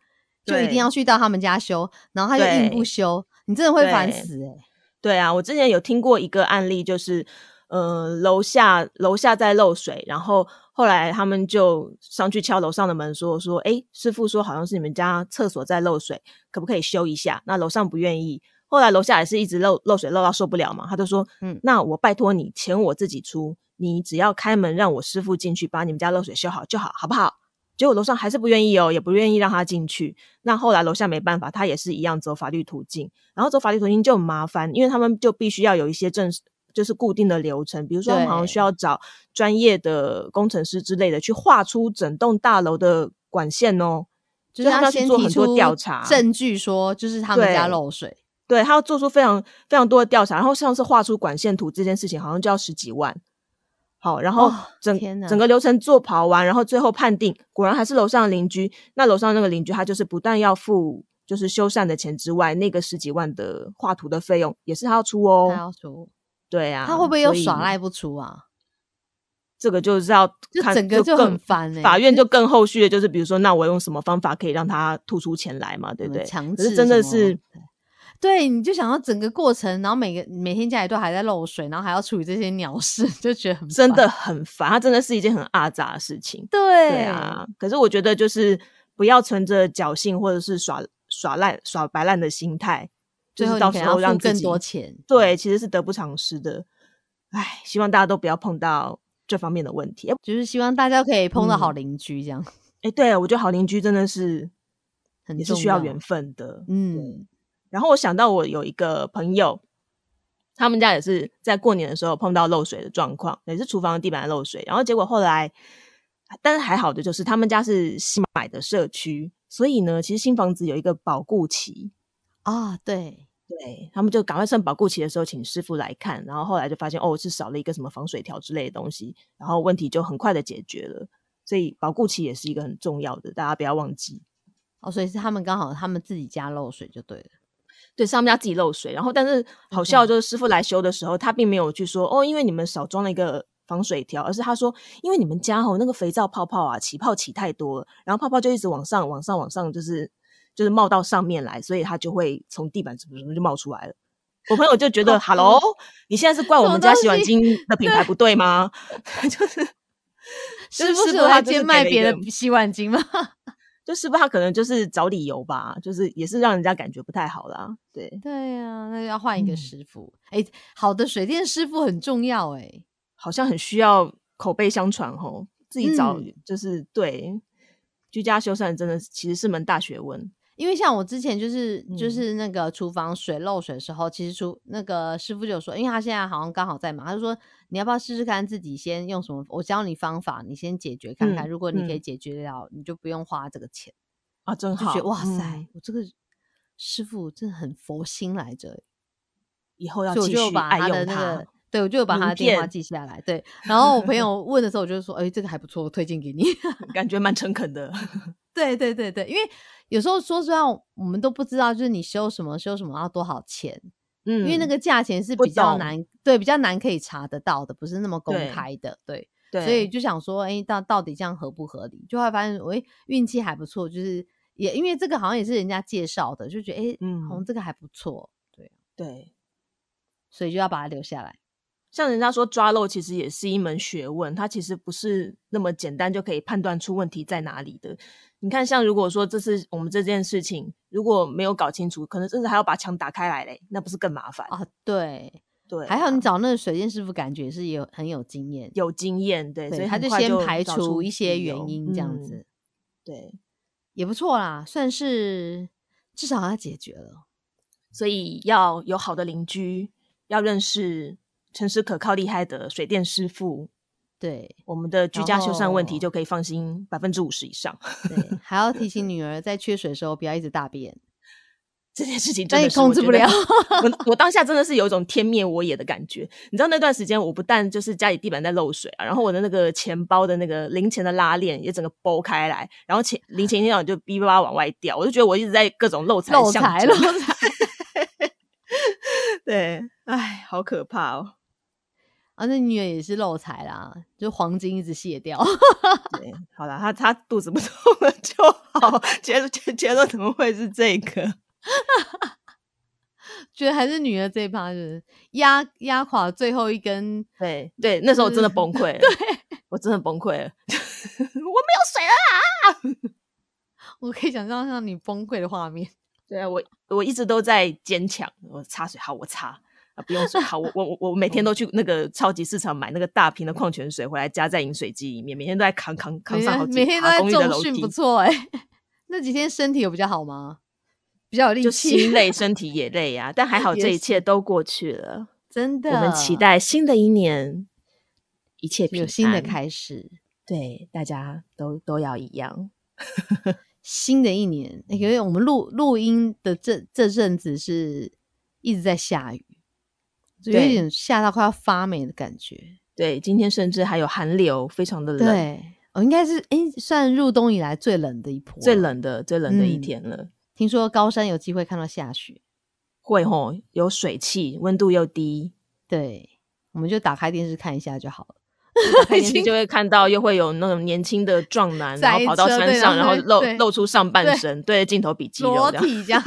[SPEAKER 2] 就一定
[SPEAKER 3] 对
[SPEAKER 2] 要去到他们家修，然后他又硬不
[SPEAKER 3] 对
[SPEAKER 2] 修，你真的会烦
[SPEAKER 3] 对
[SPEAKER 2] 死哎、
[SPEAKER 3] 对啊，我之前有听过一个案例，就是呃，楼下楼下在漏水，然后后来他们就上去敲楼上的门说说，哎，师傅说好像是你们家厕所在漏水，可不可以修一下？那楼上不愿意，后来楼下也是一直漏漏水漏到受不了嘛，他就说，
[SPEAKER 2] 嗯
[SPEAKER 3] 嗯，那我拜托你，钱我自己出，你只要开门让我师傅进去把你们家漏水修好就好，好不好？结果楼上还是不愿意哦，也不愿意让他进去。那后来楼下没办法，他也是一样走法律途径。然后走法律途径就很麻烦，因为他们就必须要有一些正式，就是固定的流程，比如说他们好像
[SPEAKER 2] 对
[SPEAKER 3] 需要找专业的工程师之类的去画出整栋大楼的管线哦。
[SPEAKER 2] 就
[SPEAKER 3] 所
[SPEAKER 2] 是他
[SPEAKER 3] 以他们要去
[SPEAKER 2] 先
[SPEAKER 3] 做
[SPEAKER 2] 提
[SPEAKER 3] 很多
[SPEAKER 2] 出
[SPEAKER 3] 调查
[SPEAKER 2] 证据说就是他们
[SPEAKER 3] 对
[SPEAKER 2] 家漏水，
[SPEAKER 3] 对，他要做出非常非常多的调查，然后像是画出管线图这件事情，好像就要十几万。好，然后
[SPEAKER 2] 哇
[SPEAKER 3] 整、
[SPEAKER 2] 哦天哪
[SPEAKER 3] 整个流程做跑完，然后最后判定果然还是楼上的邻居。那楼上那个邻居，他就是不但要付就是修缮的钱之外，那个十几万的画图的费用也是他要出
[SPEAKER 2] 他
[SPEAKER 3] 哦。
[SPEAKER 2] 要出，
[SPEAKER 3] 对啊，
[SPEAKER 2] 他会不会又
[SPEAKER 3] 所以
[SPEAKER 2] 耍赖不出啊？
[SPEAKER 3] 这个就是要
[SPEAKER 2] 就
[SPEAKER 3] 看
[SPEAKER 2] 整个就
[SPEAKER 3] 更
[SPEAKER 2] 很烦欸
[SPEAKER 3] 法院就更后续的就是，比如说，那我用什么方法可以让他吐出钱来嘛？对
[SPEAKER 2] 什
[SPEAKER 3] 不
[SPEAKER 2] 么
[SPEAKER 3] 对？
[SPEAKER 2] 强
[SPEAKER 3] 可
[SPEAKER 2] 制
[SPEAKER 3] 是真的
[SPEAKER 2] 什么
[SPEAKER 3] 是，
[SPEAKER 2] 对，你就想到整个过程，然后每个每天家里都还在漏水，然后还要处理这些鸟事， *laughs* 就觉得很
[SPEAKER 3] 真
[SPEAKER 2] 烦
[SPEAKER 3] 的很烦，它真的是一件很阿杂的事情。
[SPEAKER 2] 对
[SPEAKER 3] 对啊，可是我觉得就是不要存着侥幸或者是耍耍赖、耍白烂的心态，
[SPEAKER 2] 最
[SPEAKER 3] 就
[SPEAKER 2] 后
[SPEAKER 3] 是
[SPEAKER 2] 你
[SPEAKER 3] 到
[SPEAKER 2] 可
[SPEAKER 3] 时
[SPEAKER 2] 能
[SPEAKER 3] 候
[SPEAKER 2] 要
[SPEAKER 3] 让
[SPEAKER 2] 付
[SPEAKER 3] 自
[SPEAKER 2] 更
[SPEAKER 3] 己
[SPEAKER 2] 多钱。嗯
[SPEAKER 3] 对，其实是得不偿失的。唉，希望大家都不要碰到这方面的问题。哎、
[SPEAKER 2] 就是希望大家可以碰到好
[SPEAKER 3] 嗯
[SPEAKER 2] 邻居，这样、
[SPEAKER 3] 哎对我觉得好邻居真的是
[SPEAKER 2] 很
[SPEAKER 3] 也是
[SPEAKER 2] 重
[SPEAKER 3] 需要缘分的。
[SPEAKER 2] 嗯，
[SPEAKER 3] 然后我想到我有一个朋友，他们家也是在过年的时候碰到漏水的状况，也是厨房的地板漏水。然后结果后来，但是还好的就是他们家是新买的社区，所以呢，其实新房子有一个保固期，
[SPEAKER 2] 啊，对，
[SPEAKER 3] 对他们就赶快趁保固期的时候请师傅来看。然后后来就发现哦，是少了一个什么防水条之类的东西，然后问题就很快的解决了。所以保固期也是一个很重要的，大家不要忘记。
[SPEAKER 2] 哦，所以是他们刚好他们自己家漏水就对了，
[SPEAKER 3] 对，是他们家自己漏水。然后，但是好
[SPEAKER 2] OK
[SPEAKER 3] 笑的就是师傅来修的时候，他并没有去说哦，因为你们少装了一个防水条，而是他说，因为你们家哦那个肥皂泡泡啊起泡起太多了，然后泡泡就一直往上往上往上，就是就是冒到上面来，所以它就会从地板什么什么就冒出来了。我朋友就觉得
[SPEAKER 2] 好
[SPEAKER 3] ，Hello，你现在是怪我
[SPEAKER 2] 哦什么
[SPEAKER 3] 们家
[SPEAKER 2] 东
[SPEAKER 3] 洗碗
[SPEAKER 2] 西
[SPEAKER 3] 巾的品牌不对吗？就是就是
[SPEAKER 2] 不
[SPEAKER 3] 师
[SPEAKER 2] 是
[SPEAKER 3] 傅
[SPEAKER 2] 我
[SPEAKER 3] 他
[SPEAKER 2] 还
[SPEAKER 3] 就是
[SPEAKER 2] 兼
[SPEAKER 3] 给
[SPEAKER 2] 卖
[SPEAKER 3] 了一
[SPEAKER 2] 别的
[SPEAKER 3] 个
[SPEAKER 2] 洗碗巾吗？
[SPEAKER 3] 就师傅他可能就是找理由吧，就是也是让人家感觉不太好啦。对，
[SPEAKER 2] *laughs* 对啊，那就要换一个
[SPEAKER 3] 嗯
[SPEAKER 2] 师傅。哎、好的水电师傅很重要哎、
[SPEAKER 3] 好像很需要口碑相传吼，自己找、
[SPEAKER 2] 嗯
[SPEAKER 3] 就是对居家修缮真的是其实是门大学问。
[SPEAKER 2] 因为像我之前就是就
[SPEAKER 3] 嗯
[SPEAKER 2] 是那个厨房水漏水的时候，其实厨那个师傅就有说，因为他现在好像刚好在忙，他就说你要不要试试看自己先用什么，我教你方法，你先解决看看，
[SPEAKER 3] 嗯
[SPEAKER 2] 如果你可以
[SPEAKER 3] 嗯
[SPEAKER 2] 解决了，你就不用花这个钱。
[SPEAKER 3] 啊，真
[SPEAKER 2] 就
[SPEAKER 3] 好！
[SPEAKER 2] 觉得哇塞，
[SPEAKER 3] 嗯
[SPEAKER 2] 我这个师傅真的很佛心来着，
[SPEAKER 3] 以后要
[SPEAKER 2] 所以我
[SPEAKER 3] 继
[SPEAKER 2] 就
[SPEAKER 3] 续
[SPEAKER 2] 把
[SPEAKER 3] 爱
[SPEAKER 2] 他的
[SPEAKER 3] 用
[SPEAKER 2] 那
[SPEAKER 3] 它
[SPEAKER 2] 个。。对，我就有把他
[SPEAKER 3] 名
[SPEAKER 2] 的电话
[SPEAKER 3] 片
[SPEAKER 2] 记下来。对，然后我
[SPEAKER 3] *laughs*
[SPEAKER 2] 朋友问的时候，我就说：“哎、这个还不错，推荐给你。 *laughs*
[SPEAKER 3] 感觉蛮诚恳的。”
[SPEAKER 2] 对对对对，因为有时候说实话，我们都不知道，就是你修什么修什么要多少钱，
[SPEAKER 3] 嗯，
[SPEAKER 2] 因为那个价钱是
[SPEAKER 3] 不
[SPEAKER 2] 比较
[SPEAKER 3] 懂
[SPEAKER 2] 难，对，比较难可以查得到的，不是那么公
[SPEAKER 3] 对
[SPEAKER 2] 开的。对，
[SPEAKER 3] 对，
[SPEAKER 2] 所以就想说，哎、到到底这样合不合理？就会发现，喂、运气还不错，就是也因为这个好像也是人家介绍的，就觉得哎、诶好像
[SPEAKER 3] 嗯，
[SPEAKER 2] 这个还不错，对，
[SPEAKER 3] 对，
[SPEAKER 2] 所以就要把它留下来。
[SPEAKER 3] 像人家说抓漏其实也是一门学问，它其实不是那么简单就可以判断出问题在哪里的。你看，像如果说这次我们这件事情如果没有搞清楚，可能甚至还要把墙打开来嘞，那不是更麻烦？
[SPEAKER 2] 啊，对，
[SPEAKER 3] 对啊，
[SPEAKER 2] 还好你找那个水电师傅，感觉是有很有经验，
[SPEAKER 3] 有经验，对，所
[SPEAKER 2] 对，
[SPEAKER 3] 以
[SPEAKER 2] 他
[SPEAKER 3] 很
[SPEAKER 2] 就
[SPEAKER 3] 快
[SPEAKER 2] 先
[SPEAKER 3] 就
[SPEAKER 2] 排
[SPEAKER 3] 找
[SPEAKER 2] 除
[SPEAKER 3] 出
[SPEAKER 2] 一些
[SPEAKER 3] 理
[SPEAKER 2] 原
[SPEAKER 3] 由
[SPEAKER 2] 因，这样子、
[SPEAKER 3] 嗯对，
[SPEAKER 2] 也不错啦，算是至少他解决了。
[SPEAKER 3] 所以要有好的邻居，要认识诚实可靠、厉害的水电师傅，
[SPEAKER 2] 对
[SPEAKER 3] 我们的居
[SPEAKER 2] 然
[SPEAKER 3] 家修缮问题
[SPEAKER 2] 后
[SPEAKER 3] 就可以放心百分之五十以上。 *laughs*
[SPEAKER 2] 对，还要提醒女儿在缺水的时候不要一直大便。
[SPEAKER 3] 这件事情
[SPEAKER 2] 但
[SPEAKER 3] 真的
[SPEAKER 2] 你
[SPEAKER 3] 是
[SPEAKER 2] 控
[SPEAKER 3] 我
[SPEAKER 2] 制
[SPEAKER 3] 觉
[SPEAKER 2] 不
[SPEAKER 3] 得
[SPEAKER 2] 了
[SPEAKER 3] *laughs* 我我当下真的是有一种天灭我也的感觉。你知道那段时间，我不但就是家里地板在漏水啊，然后我的那个钱包的那个零钱的拉链也整个剥开来，然后钱零钱一样就哔哔叭往外掉，我就觉得我一直在各种漏财
[SPEAKER 2] 漏
[SPEAKER 3] 象
[SPEAKER 2] 财
[SPEAKER 3] 征
[SPEAKER 2] 漏
[SPEAKER 3] *laughs*
[SPEAKER 2] 财。
[SPEAKER 3] 对，哎，好可怕哦。
[SPEAKER 2] 啊，那女儿也是漏财啦，就黄金一直卸掉。 *laughs*
[SPEAKER 3] 对，好啦，他他肚子不痛了就好。结结结论怎么会是这个？
[SPEAKER 2] 觉得还是女儿这一趴就是压压垮最后一根，
[SPEAKER 3] 对对，那时候我真的
[SPEAKER 2] 嗯
[SPEAKER 3] 崩溃了， *laughs* 对我真的崩溃了，我没有水了啊！
[SPEAKER 2] 我可以想象像你崩溃的画面。
[SPEAKER 3] 对啊，我我一直都在坚强，我擦水好，我擦。啊，不用水，好，我我我我每天都去那个超级市场买那个大瓶的矿泉水回来，加在饮水机里面，每天都在扛扛扛上好几
[SPEAKER 2] 每天
[SPEAKER 3] 爬
[SPEAKER 2] 每
[SPEAKER 3] 公寓
[SPEAKER 2] 天都
[SPEAKER 3] 的
[SPEAKER 2] 在重
[SPEAKER 3] 楼
[SPEAKER 2] 训，
[SPEAKER 3] 梯
[SPEAKER 2] 不，错哎、 *laughs* 那几天身体有比较好吗？比较有力
[SPEAKER 3] 就
[SPEAKER 2] 气
[SPEAKER 3] 心，累，身体 *laughs* 也累啊。但还好，
[SPEAKER 2] 也
[SPEAKER 3] 这一
[SPEAKER 2] 是
[SPEAKER 3] 切都过去了。
[SPEAKER 2] *laughs* 真的。
[SPEAKER 3] 我们期待新的一年一切
[SPEAKER 2] 啊
[SPEAKER 3] 平
[SPEAKER 2] 有新的
[SPEAKER 3] 安，
[SPEAKER 2] 开始，
[SPEAKER 3] 对大家都都要一样。
[SPEAKER 2] 新的一年。欸因为我们录录音的这这阵子是一直在下雨，就有
[SPEAKER 3] 对
[SPEAKER 2] 点下到快要发霉的感觉。
[SPEAKER 3] 对，今天甚至还有寒流，非常的冷，
[SPEAKER 2] 对，哦，应该是哎、算入冬以来最冷的一波，
[SPEAKER 3] 最。冷的最冷的一
[SPEAKER 2] 嗯
[SPEAKER 3] 天了。
[SPEAKER 2] 听说高山有机会看到下雪，
[SPEAKER 3] 会吼，有水汽，温度又低，
[SPEAKER 2] 对，我们就打开电视看一下就
[SPEAKER 3] *laughs*
[SPEAKER 2] 好了。
[SPEAKER 3] 看
[SPEAKER 2] 已
[SPEAKER 3] 电视
[SPEAKER 2] 经
[SPEAKER 3] 就会看到又会有那种年轻的壮男，然后
[SPEAKER 2] 载
[SPEAKER 3] 跑到
[SPEAKER 2] 车
[SPEAKER 3] 山
[SPEAKER 2] 对
[SPEAKER 3] 上，然
[SPEAKER 2] 然后
[SPEAKER 3] 后露
[SPEAKER 2] 对
[SPEAKER 3] 露出上半
[SPEAKER 2] 对
[SPEAKER 3] 身，对着镜头比肌肉
[SPEAKER 2] 裸
[SPEAKER 3] 这样。
[SPEAKER 2] 体这样，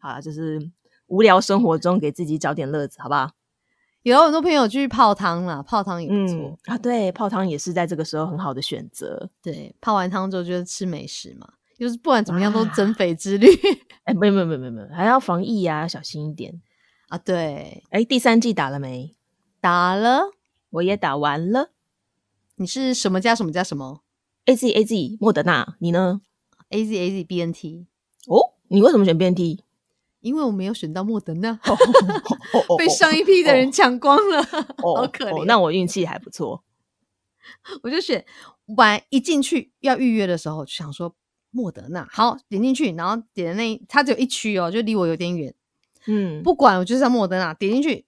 [SPEAKER 3] 好啦，就是无聊生活中给自己找点乐子，好不好？
[SPEAKER 2] *laughs* 有很多朋友去泡汤啦，泡汤也不错。
[SPEAKER 3] 嗯啊，对，泡汤也是在这个时候很好的选择。
[SPEAKER 2] 对，泡完汤之后就是吃美食嘛，就是不管怎么样都是
[SPEAKER 3] 哇
[SPEAKER 2] 增肥之旅
[SPEAKER 3] 哎，没有没有没有没有没有，还要防疫啊，小心一点。
[SPEAKER 2] *laughs* 啊。对，
[SPEAKER 3] 哎，第三季打了没？
[SPEAKER 2] 打了，
[SPEAKER 3] 我也打完了。A
[SPEAKER 2] 你是什么加什么加什么
[SPEAKER 3] Z A Z 莫德纳，你呢？
[SPEAKER 2] ？A Z A Z B N T，
[SPEAKER 3] 哦，你为什么选 B N T？
[SPEAKER 2] 因为我没有选到莫德纳，
[SPEAKER 3] 哦
[SPEAKER 2] *laughs* 被上一批的人抢光了，好可怜。
[SPEAKER 3] 那我运气还不错。
[SPEAKER 2] 我就选，我本来一进去要预约的时候就想说莫德纳，好点进去，然后点的那一它只有一区哦，就离我有点远，
[SPEAKER 3] 嗯，
[SPEAKER 2] 不管我就是要莫德纳，点进去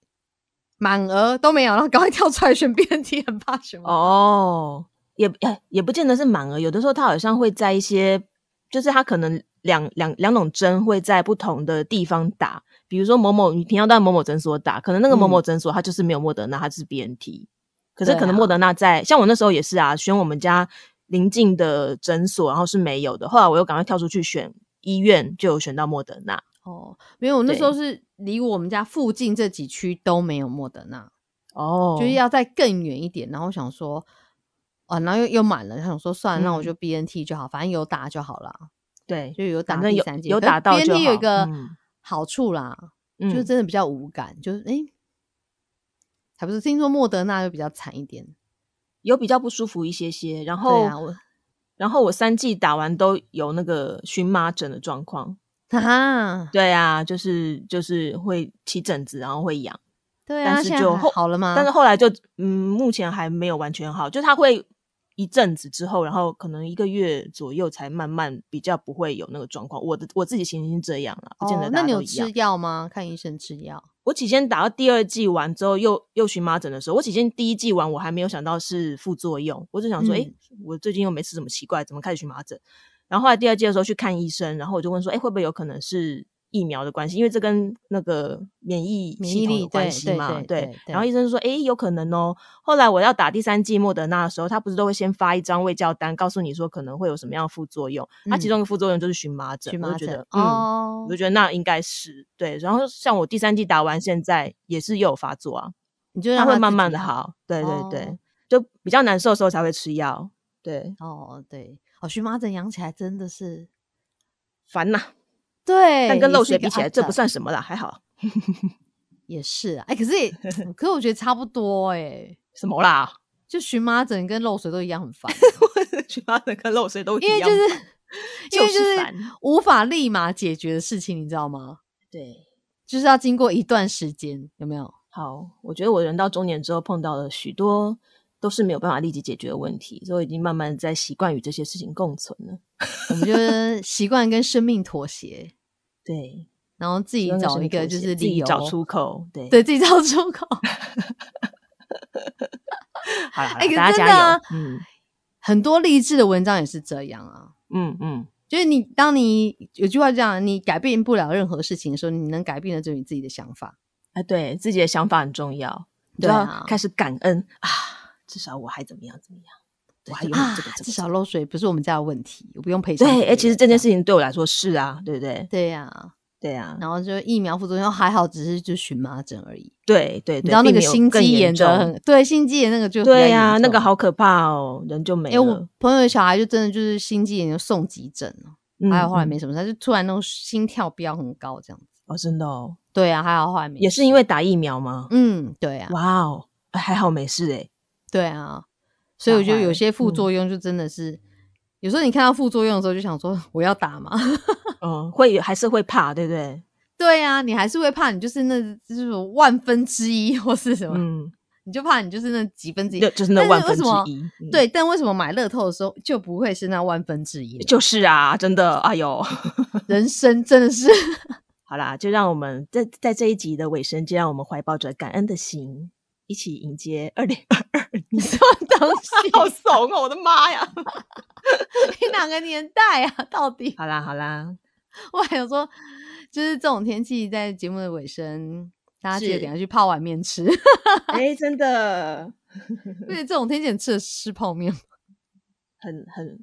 [SPEAKER 2] 满额都没有，然后赶快跳出来选 *laughs* B N T，很怕选哦，
[SPEAKER 3] 哦，也也也不见得是满额，有的时候它好像会在一些，就是它可能两两两种针会在不同的地方打，比如说某某你平常到某某诊所打，可能那个某某诊所它就是没有莫德纳，它就是 BNT，可是
[SPEAKER 2] 嗯对
[SPEAKER 3] 可能
[SPEAKER 2] 啊
[SPEAKER 3] 莫德纳在，像我那时候也是啊，选我们家邻近的诊所，然后是没有的，后来我又赶快跳出去选医院，就有选到莫德纳。
[SPEAKER 2] 哦，没有，我那时候是离我们家附近这几区都没有莫德纳，
[SPEAKER 3] 哦
[SPEAKER 2] 就是要再更远一点。然后想说，啊，然后又又满了，想说算了，那我
[SPEAKER 3] 嗯
[SPEAKER 2] 就 B N T 就好，反正有打就好啦，
[SPEAKER 3] 对，
[SPEAKER 2] 就有打
[SPEAKER 3] 反正
[SPEAKER 2] 第
[SPEAKER 3] 有
[SPEAKER 2] 三剂。
[SPEAKER 3] 有打到
[SPEAKER 2] B N
[SPEAKER 3] 就
[SPEAKER 2] T 有一
[SPEAKER 3] 好
[SPEAKER 2] 个
[SPEAKER 3] 嗯
[SPEAKER 2] 好处啦，
[SPEAKER 3] 嗯
[SPEAKER 2] 就是真的比较无感，就是诶，还不是听说莫德纳就比较惨一点。
[SPEAKER 3] 有比较不舒服一些些，然后
[SPEAKER 2] 对啊，我
[SPEAKER 3] 然后我三剂打完都有那个荨麻疹的状况。
[SPEAKER 2] 哈哈，
[SPEAKER 3] 对啊，就是就是会起疹子，然后会痒，
[SPEAKER 2] 对
[SPEAKER 3] 但
[SPEAKER 2] 啊，
[SPEAKER 3] 是
[SPEAKER 2] 现在
[SPEAKER 3] 就
[SPEAKER 2] 还
[SPEAKER 3] 后
[SPEAKER 2] 好了吗？
[SPEAKER 3] 但是后来就嗯，目前还没有完全好，就它会一阵子之后，然后可能一个月左右才慢慢比较不会有那个状况。我的我自己情形是这样啦，不见
[SPEAKER 2] 哦
[SPEAKER 3] 得，
[SPEAKER 2] 那
[SPEAKER 3] 大
[SPEAKER 2] 你
[SPEAKER 3] 家都
[SPEAKER 2] 有
[SPEAKER 3] 一样。
[SPEAKER 2] 吃药吗？看医生吃药。
[SPEAKER 3] 我起先打到第二剂完之后，又又荨麻疹的时候，我起先第一剂完我还没有想到是副作用，我只想说，
[SPEAKER 2] 嗯
[SPEAKER 3] 诶，我最近又没吃什么奇怪，怎么开始荨麻疹？然后后来第二剂的时候去看医生，然后我就问说，诶，会不会有可能是疫苗的关系？因为这跟那个免疫
[SPEAKER 2] 免
[SPEAKER 3] 系
[SPEAKER 2] 疫
[SPEAKER 3] 统
[SPEAKER 2] 力
[SPEAKER 3] 有关
[SPEAKER 2] 对
[SPEAKER 3] 系
[SPEAKER 2] 对
[SPEAKER 3] 嘛，
[SPEAKER 2] 对对对
[SPEAKER 3] 然后医生就说，诶，有可能哦。后来我要打第三剂莫德纳的时候，他不是都会先发一张卫教单，告诉你说可能会有什么样的副作用？它、其
[SPEAKER 2] 嗯
[SPEAKER 3] 中一个副作用就是荨麻疹，
[SPEAKER 2] 荨
[SPEAKER 3] 我
[SPEAKER 2] 麻
[SPEAKER 3] 就觉得
[SPEAKER 2] 疹，
[SPEAKER 3] 嗯。
[SPEAKER 2] 哦
[SPEAKER 3] 我就觉得那应该是对。然后像我第三季打完，现在也是又有发作啊，
[SPEAKER 2] 你就
[SPEAKER 3] 它
[SPEAKER 2] 让
[SPEAKER 3] 会
[SPEAKER 2] 它
[SPEAKER 3] 慢
[SPEAKER 2] 自
[SPEAKER 3] 慢
[SPEAKER 2] 己
[SPEAKER 3] 的好。对对对，
[SPEAKER 2] 哦
[SPEAKER 3] 就比较难受的时候才会吃药。对，
[SPEAKER 2] 哦，对，哦，荨麻疹养起来真的是，
[SPEAKER 3] 烦呐、
[SPEAKER 2] 对，
[SPEAKER 3] 但跟
[SPEAKER 2] 也
[SPEAKER 3] 漏
[SPEAKER 2] 是
[SPEAKER 3] 水
[SPEAKER 2] 一个
[SPEAKER 3] 比起来，
[SPEAKER 2] 阿
[SPEAKER 3] 这不
[SPEAKER 2] 展
[SPEAKER 3] 算什么啦，还好。
[SPEAKER 2] 也是啊，哎、可是
[SPEAKER 3] *laughs*
[SPEAKER 2] 也可是我觉得差不多哎、
[SPEAKER 3] 什么啦？
[SPEAKER 2] *laughs*
[SPEAKER 3] *laughs*
[SPEAKER 2] 就荨麻疹跟漏水都一样很烦，
[SPEAKER 3] 荨麻疹跟漏水 *laughs* 都一
[SPEAKER 2] 因为
[SPEAKER 3] 样
[SPEAKER 2] 就是
[SPEAKER 3] 烦，
[SPEAKER 2] 因为就
[SPEAKER 3] 就是
[SPEAKER 2] 是
[SPEAKER 3] 烦
[SPEAKER 2] 无法立马解决的事情，你知道吗？
[SPEAKER 3] 对。
[SPEAKER 2] 就是要经过一段时间，有没
[SPEAKER 3] *laughs*
[SPEAKER 2] 有？
[SPEAKER 3] 好，我觉得我人到中年之后碰到了许多都是没有办法立即解决的问题，所以我已经慢慢在习惯与这些事情共存了。
[SPEAKER 2] 我们就是习惯跟生命妥协，
[SPEAKER 3] 对，
[SPEAKER 2] 然后自己
[SPEAKER 3] 希望跟
[SPEAKER 2] 找
[SPEAKER 3] 生
[SPEAKER 2] 一
[SPEAKER 3] 命
[SPEAKER 2] 个
[SPEAKER 3] 妥
[SPEAKER 2] 就
[SPEAKER 3] 协
[SPEAKER 2] 是
[SPEAKER 3] 自
[SPEAKER 2] 理
[SPEAKER 3] 己
[SPEAKER 2] 由，
[SPEAKER 3] 找出口。对，
[SPEAKER 2] 对自己找出
[SPEAKER 3] *laughs*
[SPEAKER 2] 口。
[SPEAKER 3] 好了，好啦
[SPEAKER 2] 哎可是
[SPEAKER 3] 大家
[SPEAKER 2] 真
[SPEAKER 3] 加
[SPEAKER 2] 的
[SPEAKER 3] 油。
[SPEAKER 2] 啊
[SPEAKER 3] 嗯
[SPEAKER 2] 很多励志的文章也是这样啊，
[SPEAKER 3] 嗯嗯，
[SPEAKER 2] 就是你，当你有句话讲，你改变不了任何事情的时候，你能改变的只有你自己的想法。
[SPEAKER 3] 啊，对自己的想法很重要，你就
[SPEAKER 2] 对
[SPEAKER 3] 要
[SPEAKER 2] 啊
[SPEAKER 3] 开始感恩啊，至少我还怎么样怎么样，我
[SPEAKER 2] 对
[SPEAKER 3] 还
[SPEAKER 2] 就
[SPEAKER 3] 有
[SPEAKER 2] 啊
[SPEAKER 3] 这个这，个
[SPEAKER 2] 至
[SPEAKER 3] 这
[SPEAKER 2] 少
[SPEAKER 3] 个
[SPEAKER 2] 漏水不是我们家的问题，我不用赔偿给
[SPEAKER 3] 对，
[SPEAKER 2] 别
[SPEAKER 3] 哎、
[SPEAKER 2] 人。
[SPEAKER 3] 其实这件事
[SPEAKER 2] 样，
[SPEAKER 3] 情对我来说是啊，对不对？
[SPEAKER 2] 对呀、啊，
[SPEAKER 3] 对啊，
[SPEAKER 2] 然后就疫苗副作用还好，只是就荨麻疹而已。
[SPEAKER 3] 对对对，
[SPEAKER 2] 你知道那
[SPEAKER 3] 并
[SPEAKER 2] 个
[SPEAKER 3] 没有
[SPEAKER 2] 心
[SPEAKER 3] 更
[SPEAKER 2] 肌炎
[SPEAKER 3] 严
[SPEAKER 2] 的
[SPEAKER 3] 重
[SPEAKER 2] 很，，对心肌炎那个就比较
[SPEAKER 3] 对呀、
[SPEAKER 2] 严
[SPEAKER 3] 那个
[SPEAKER 2] 重。
[SPEAKER 3] 好可怕哦，人就没
[SPEAKER 2] 哎，我
[SPEAKER 3] 了。
[SPEAKER 2] 朋友的小孩就真的就是心肌炎就送急诊了，
[SPEAKER 3] 嗯
[SPEAKER 2] 还好后来
[SPEAKER 3] 嗯
[SPEAKER 2] 没什么事，他就突然那种心跳飙很高这样子。
[SPEAKER 3] 哦，真的哦，
[SPEAKER 2] 对啊，还好后来没
[SPEAKER 3] 也是因
[SPEAKER 2] 事
[SPEAKER 3] 为打疫苗吗？
[SPEAKER 2] 嗯，对啊，
[SPEAKER 3] 哇哦，哎还好没事哎、
[SPEAKER 2] 对啊，所以我
[SPEAKER 3] 吓
[SPEAKER 2] 觉得
[SPEAKER 3] 坏
[SPEAKER 2] 有
[SPEAKER 3] 了
[SPEAKER 2] 些副
[SPEAKER 3] 嗯
[SPEAKER 2] 作用就真的是，有时候你看到副作用的时候就想说我要打吗？ *laughs*
[SPEAKER 3] 嗯，会有还是会怕，对不对？
[SPEAKER 2] 对啊，你还是会怕，你就是那就是万分之一或是什么，
[SPEAKER 3] 嗯，
[SPEAKER 2] 你就怕你就是那几分之一
[SPEAKER 3] 就。就是那
[SPEAKER 2] 但是
[SPEAKER 3] 万
[SPEAKER 2] 为
[SPEAKER 3] 分
[SPEAKER 2] 什
[SPEAKER 3] 之
[SPEAKER 2] 么
[SPEAKER 3] 一，嗯，
[SPEAKER 2] 对，但为什么买乐透的时候就不会是那万分之一呢？
[SPEAKER 3] 就是啊，真的，哎呦，
[SPEAKER 2] *laughs* 人生真 *laughs* 的是
[SPEAKER 3] 好啦，就让我们在在这一集的尾声，就让我们怀抱着感恩的心，一起迎接二零二二年。
[SPEAKER 2] 什么东
[SPEAKER 3] *laughs* 好
[SPEAKER 2] 西？
[SPEAKER 3] 怂哦，我的妈呀！
[SPEAKER 2] 你哪个年代啊？ *laughs* 到底？
[SPEAKER 3] 好啦好啦，
[SPEAKER 2] 我还想说，就是这种天气，在节目的尾声，大家记得
[SPEAKER 3] 是
[SPEAKER 2] 等一下去泡碗面 *laughs* 吃，
[SPEAKER 3] 哎、真的
[SPEAKER 2] 因为这种天气很适合吃泡面。
[SPEAKER 3] 很很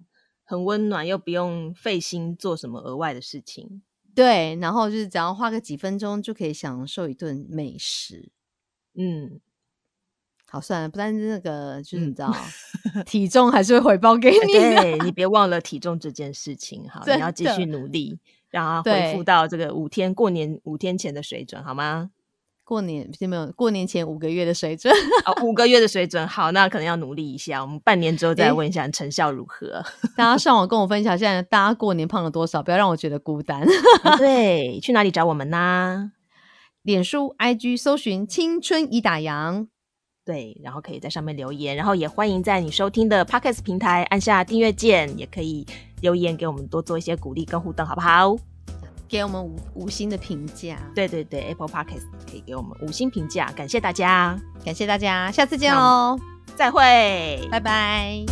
[SPEAKER 3] 很温暖，又不用费心做什么额外的事情。
[SPEAKER 2] *laughs* 对，然后就是只要花个几分钟就可以享受一顿美食。
[SPEAKER 3] 嗯，
[SPEAKER 2] 好，算了，不但是那个，就是你
[SPEAKER 3] 嗯
[SPEAKER 2] 知道， *laughs* 体重还是会回报给
[SPEAKER 3] 哎
[SPEAKER 2] 你的。
[SPEAKER 3] 对 *laughs* 你别忘了体重这件事情，好，
[SPEAKER 2] 真
[SPEAKER 3] 你要继
[SPEAKER 2] 的
[SPEAKER 3] 续努力，让它
[SPEAKER 2] 对
[SPEAKER 3] 恢复到这个五天过年五天前的水准，好吗？
[SPEAKER 2] 过年有没有过年前五个月的水准，
[SPEAKER 3] 啊、五个月的水准，好，那可能要努力一下，我们半年之后
[SPEAKER 2] 哎
[SPEAKER 3] 再问一下成效如何。
[SPEAKER 2] 大家上网跟我分享，现在大家过年胖了多少，不要让我觉得孤单。 *laughs*
[SPEAKER 3] 啊对，去哪里找我们呢？
[SPEAKER 2] 脸书、IG 搜寻“青春已打烊
[SPEAKER 3] 对，然后可以在上面留言，然后也欢迎在你收听的 Podcast 平台按下订阅键，也可以留言给我们多做一些鼓励跟互动，好不好？”，
[SPEAKER 2] 给我们五五星的评价。
[SPEAKER 3] 对对对，Apple Podcast 可以给我们五星评价，感谢大家，
[SPEAKER 2] 感谢大家，下次见
[SPEAKER 3] 那
[SPEAKER 2] 喽，
[SPEAKER 3] 再会，
[SPEAKER 2] 拜拜。